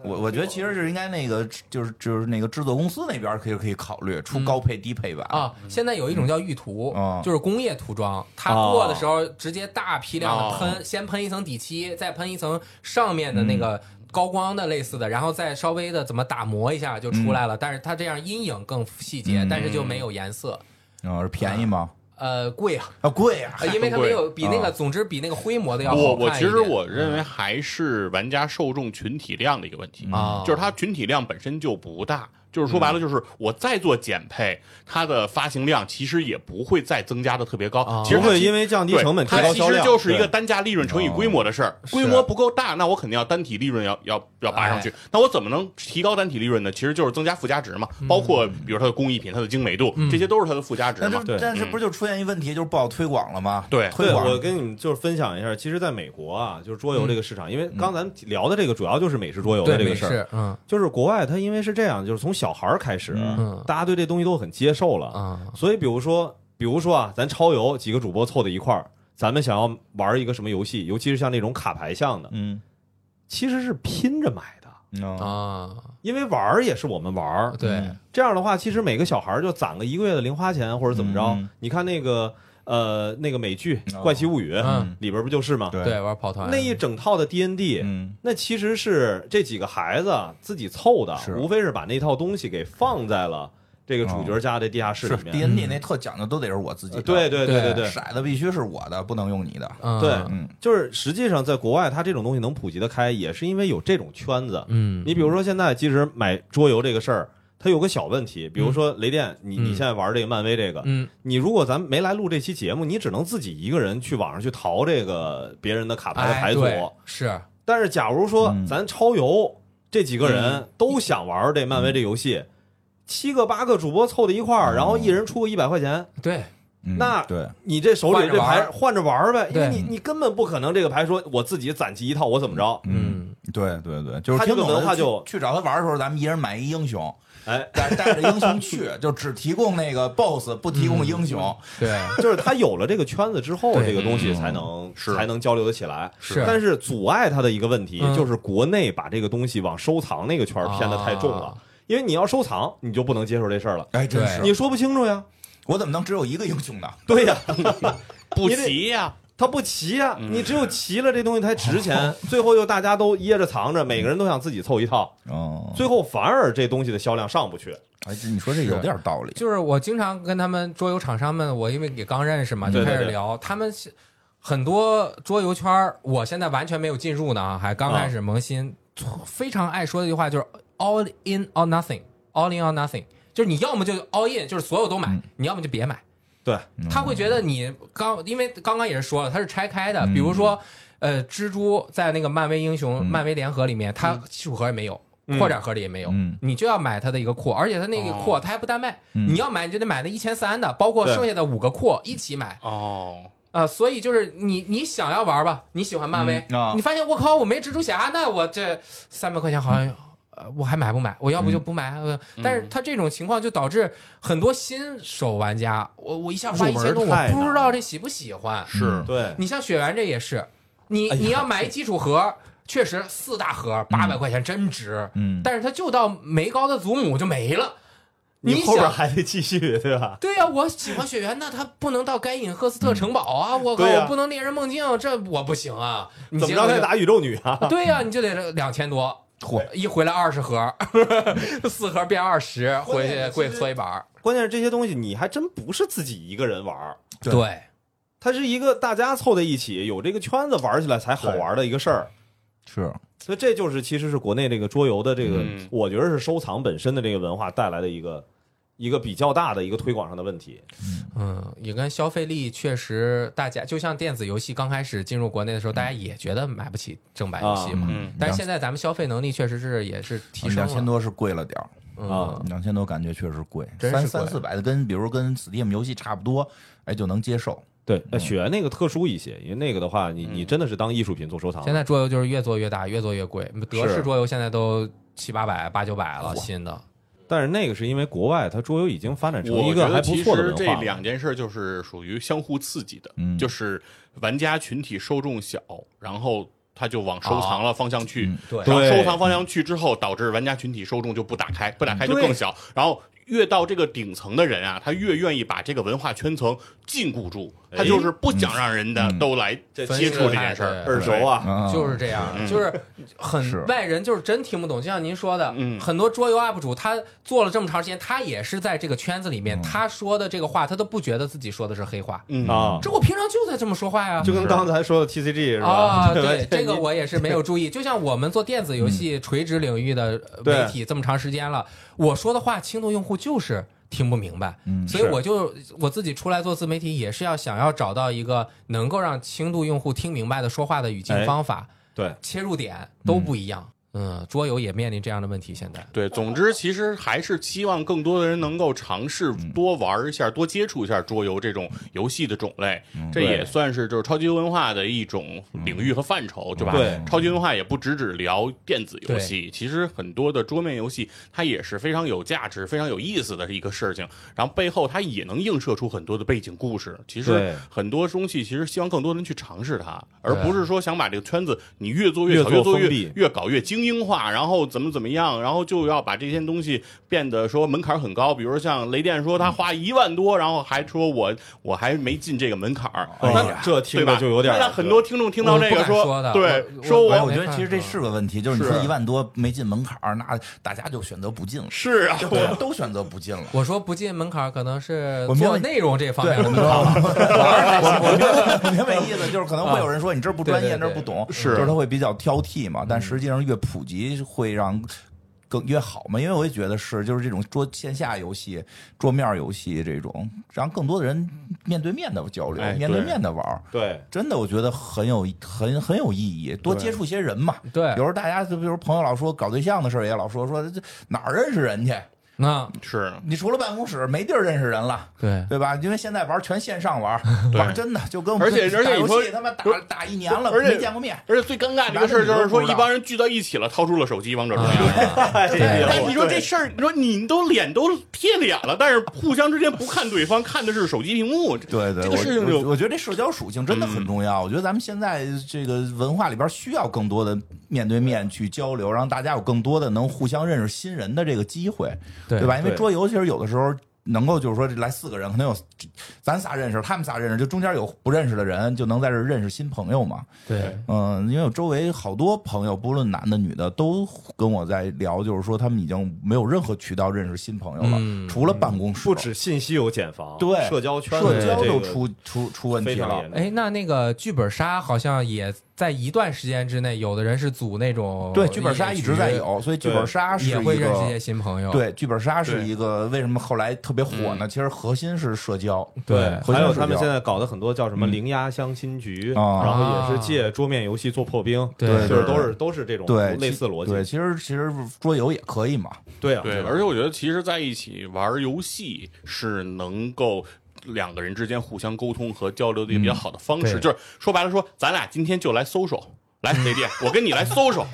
我我觉得其实是应该那个，就是就是那个制作公司那边可以可以考虑嗯出高配、低配版。啊，现在有一种叫玉涂，嗯就是工业涂装，它哦过的时候直接大批量的哦喷，先喷一层底漆，再喷一层上面的那个高光的类似的，然后再稍微的怎么打磨一下就出来了。但是它这样阴影更细节，但是就没有颜色。然后是便宜吗？呃，贵啊，啊，贵呀呃因为它没有比那个，总之比那个灰模的要我好看我一其点实我认为还是玩家受众群体量的一个问题啊就是它群体量本身就不大，就是说白了就是我再做减配，它的发行量其实也不会再增加的特别高啊，其实不它会其因为降低对成本提它高其销实量，就是一个对哦单价利润乘以规模的事儿。规模不够大，那我肯定要单体利润要要要拔哎上去。那我怎么能提高单体利润呢？其实就是增加附加值嘛，嗯包括比如它的工艺品、它的精美度，这些都是它的附加值但嘛。是对嗯但是不是就出现一问题，就是不好推广了吗？对推对，广我跟你们就是分享一下，其实在美国啊，就是桌游这个市场，因为刚咱们聊的这个主要就是美式桌游的对这美个事儿，式，嗯就是国外它因为是这样，就是从小孩儿开始，嗯大家对这东西都很接受了，啊所以比如说，比如说啊，咱超游几个主播凑到一块儿，咱们想要玩一个什么游戏，尤其是像那种卡牌项的，嗯其实是拼着买的，啊啊，因为玩儿也是我们玩儿，对嗯这样的话，其实每个小孩儿就攒个一个月的零花钱或者怎么着。嗯你看那个呃那个美剧哦《怪奇物语》嗯里边不就是吗？对对玩跑团那一整套的 D N D，嗯那其实是这几个孩子自己凑的是，无非是把那套东西给放在了这个主角家的地下室是里 D 面。 N D 那特讲究都得是我自己呃的，对对对对对，骰子必须是我的，不能用你的。嗯对嗯就是实际上在国外，它这种东西能普及的开，也是因为有这种圈子。嗯你比如说现在，其实买桌游这个事儿，它有个小问题，比如说雷电，你嗯你现在玩这个漫威这个，嗯你如果咱没来录这期节目，你只能自己一个人去网上去淘这个别人的卡牌的哎牌组。对是但是假如说嗯咱超游这几个嗯人都想玩这漫威这游戏，七个八个主播凑到一块哦儿，然后一人出个一百块钱，对嗯那对你这手里这牌换着玩儿换着玩儿呗，因为对你你根本不可能这个牌说我自己攒齐一套我怎么着，嗯对对对，就是他这听个懂了文化就去去找他玩的时候，咱们一人买一英雄，嗯哎，带带着英雄去， 就只提供那个 BOSS，不提供英雄。嗯对就是他有了这个圈子之后，对嗯这个东西才能是才能交流得起来。是但是阻碍他的一个问题嗯就是国内把这个东西往收藏那个圈儿偏得太重了啊，因为你要收藏，你就不能接受这事儿了，哎，真对是你说不清楚呀。我怎么能只有一个英雄呢？对呀，不你得急呀、它不齐呀，嗯你只有齐了，这东西才值钱。最后又大家都掖着藏着，每个人都想自己凑一套，哦，最后反而这东西的销量上不去。哎，这你说这有点道理。就是我经常跟他们桌游厂商们，我因为也刚认识嘛，就对对开始对聊。他们是很多桌游圈儿，我现在完全没有进入呢啊，还刚开始萌新，非常爱说的一句话就是 “all in or nothing”，“all in or nothing”，就是你要么就 all in，就是所有都买，你要么就别买。对，他会觉得你刚，因为刚刚也是说了，它是拆开的。比如说，呃，蜘蛛在那个漫威英雄、漫威联合里面，它基础盒也没有，扩展盒里也没有，嗯你就要买它的一个扩，而且它那个哦扩哦它还不单卖，你要买你就得买那一千三的，包括嗯对剩下的五个扩一起买。哦，啊、所以就是你你想要玩吧，你喜欢漫威，嗯啊你发现我靠我没蜘蛛侠，那我这三百块钱好像。呃，我还买不买？我要嗯不就不买。呃但是他这种情况就导致很多新手玩家，我我一下花一入门千多，太我难不知道这喜不喜欢。是对，你像雪原这也是，你哎你要买一基础盒，确实四大盒八百块钱真值，嗯但是它就到梅高的祖母就没了。你后边想还得继续，对吧？对呀、我喜欢雪原，那他不能到该隐赫斯特城堡啊！我靠，对呀我不能猎人梦境，这我不行啊！你怎么结着果还就打宇宙女啊？对呀、你就得两千多，嚯，一回来二十盒， 四盒变二十，回去贵搓一板儿。 关键是这些东西你还真不是自己一个人玩儿，对对，它是一个大家凑在一起，有这个圈子玩起来才好玩的一个事儿。是所以这就是其实是国内这个桌游的这个，嗯我觉得是收藏本身的这个文化带来的一个一个比较大的一个推广上的问题。嗯，也跟消费力确实，大家就像电子游戏刚开始进入国内的嗯时候，大家也觉得买不起正版游戏嘛。嗯但是现在咱们消费能力确实是也是提升了，啊两千多是啊贵了点儿。嗯，两千多感觉确实贵，真是三贵三四百的跟比如跟 Steam 游戏差不多，哎就能接受。对，嗯那雪原那个特殊一些，因为那个的话，你你真的是当艺术品做收藏。现在桌游就是越做越大，越做越贵。德式桌游现在都七八百、八九百了，新的。但是那个是因为国外它桌游已经发展成一我觉个还得不其错的实文这化了。两件事就是属于相互刺激的，嗯就是玩家群体受众小，然后他就往收藏了方向去，对然后啊嗯对收藏方向去之后，导致玩家群体受众就不打开，不打开就更小，然后越到这个顶层的人啊，他越愿意把这个文化圈层禁锢住。哎他就是不想让人的嗯都来这接触这件事分儿析，耳熟啊，嗯就是这样，嗯就是是很外人，就是真听不懂。就像您说的，嗯很多桌游 UP 主他做了这么长时间，他也是在这个圈子里嗯面，他说的这个话，他都不觉得自己说的是黑话。嗯啊，这我平常就在这么说话呀。就跟刚才说的 TCG 是吧？ 啊，吧对，这个我也是没有注意。就像我们做电子游戏嗯垂直领域的呃对媒体这么长时间了，我说的话，轻度用户就是听不明白。嗯所以是我就我自己出来做自媒体，也是要想要找到一个能够让轻度用户听明白的说话的语境哎方法，对切入点都不一样。嗯，桌游也面临这样的问题，现在。对，总之其实还是希望更多的人能够尝试嗯多玩一下、多接触一下桌游这种游戏的种类，嗯这也算是就是超级文化的一种领域和范畴，对吧？对超级文化也不只只聊电子游戏，其实很多的桌面游戏它也是非常有价值、非常有意思的一个事情，然后背后它也能映射出很多的背景故事。其对实很多东西其实希望更多人去尝试它，而对不是说想把这个圈子你越做越越小、做越做封越闭越搞越精英化，然后怎么怎么样，然后就要把这些东西变得说门槛很高。比如像雷电说他花一万多，然后还说我我还没进这个门槛儿，哎那呀这听对着吧？就有点儿那很多听众听到我这不个敢说的对我，说我哎，我我觉得没其实这看是个问题，就是你是说一万多没进门槛儿，那大家就选择不进了，是啊，我们 都选择不进了。我说不进门槛，可能是我明白做内容这方对，面 我的明白了，我我明白意思，就是可能会有人说你这不专业，啊那对对对不懂，是就是他会比较挑剔嘛。但实际上越普及会让更越好嘛，因为我也觉得是，就是这种桌线下游戏、桌面游戏这种，让更多的人面对面的交流哎，面对对面的玩儿。对，真的，我觉得很有很很有意义，多接触些人嘛。对有时候大家就比如朋友老说搞对象的事儿，也老说说这哪儿认识人去？那是你除了办公室，没地儿认识人了。 对对吧？因为现在玩全线上玩，对玩真的就跟我而且打而且你游说戏他妈打打一年了，而且没见过面。而且最尴尬的一个事儿就是说，一帮人聚到一起了，掏出了手机，王者荣耀。哎对但你说这事儿，你说你都脸都贴脸了，但是互相之间不看对方，看的是手机屏幕。对对，这个事情我就我我觉得这社交属性真的很重嗯要。我觉得咱们现在这个文化里边需要更多的面对面去交流，让大家有更多的能互相认识新人的这个机会，对对吧？因为对桌游其实有的时候。能够就是说来四个人，可能有咱仨认识，他们仨认识，就中间有不认识的人，就能在这儿认识新朋友嘛。对嗯，因为我周围好多朋友，不论男的女的，都跟我在聊，就是说他们已经没有任何渠道认识新朋友了，嗯除了办公室，不止信息有茧房，对社交圈社子交这都个出出出问非题常了严。重哎，那那个剧本杀好像也在一段时间之内，有的人是组那种对，剧本杀一直在野局，有，所以剧对本杀是也一会认识一个些新朋友。对，剧本杀是对一个为什么后来特别火呢？其实核心是社交，对嗯核心是还有社他们交现在搞的很多叫什么“嗯零压相亲局”，啊然后也是借桌面游戏做破冰，对就对是都是都是这种对类其似逻对，辑，其实其实桌游也可以嘛，对啊，对，吧而且我觉得其实在一起玩游戏是能够。两个人之间互相沟通和交流的一个比较好的方式，对就是说白了说，咱俩今天就来搜搜，来雷电，我跟你来 搜搜，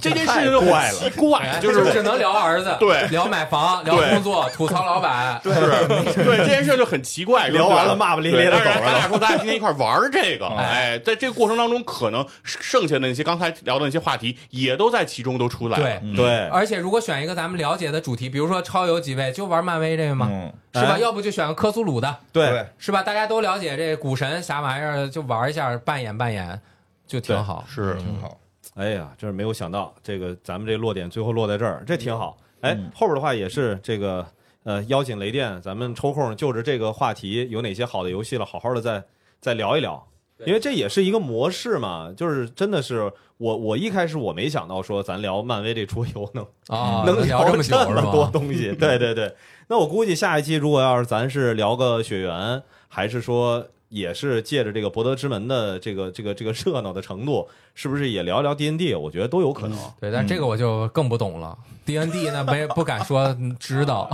这件事情就很奇怪，哎哎就是只能聊儿子，对聊买房，聊对工作，吐槽老板，是，对这件事就很奇怪。聊完了骂骂咧咧的对但走了哦是咱俩说，咱俩今天一块儿玩儿这个，哎，在这个过程当中，可能剩下的那些刚才聊的那些话题，也都在其中都出来了。对嗯对，而且如果选一个咱们了解的主题，比如说超有几位就玩漫威这个吗？嗯是吧？哎要不就选个科苏鲁的，对，是吧？大家都了解这股神啥玩意儿，就玩一下，扮演扮演，就挺好。是挺好。哎呀，真是没有想到，这个咱们这落点最后落在这儿，这挺好。哎，后边的话也是这个呃，邀请雷电，咱们抽空就着这个话题有哪些好的游戏了，好好的再再聊一聊，对因为这也是一个模式嘛，就是真的是我我一开始我没想到说咱聊漫威这桌游能啊，嗯能聊这么么久是多吧？东 西。对对对，那我估计下一期如果要是咱是聊个血缘，还是说也是借着这个博德之门的这个这个这个热闹的程度，是不是也聊聊 D N D？我觉得都有可能。对，但这个我就更不懂了。D N D 呢，没不敢说知道。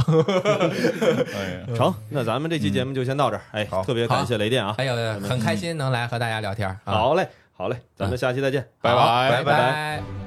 哎，嗯成，那咱们这期节目就先到这儿。哎，好特别感谢雷电啊哎！呦，很开心能来和大家聊天儿啊。好嘞，好嘞，咱们下期再见，拜拜嗯拜拜拜拜。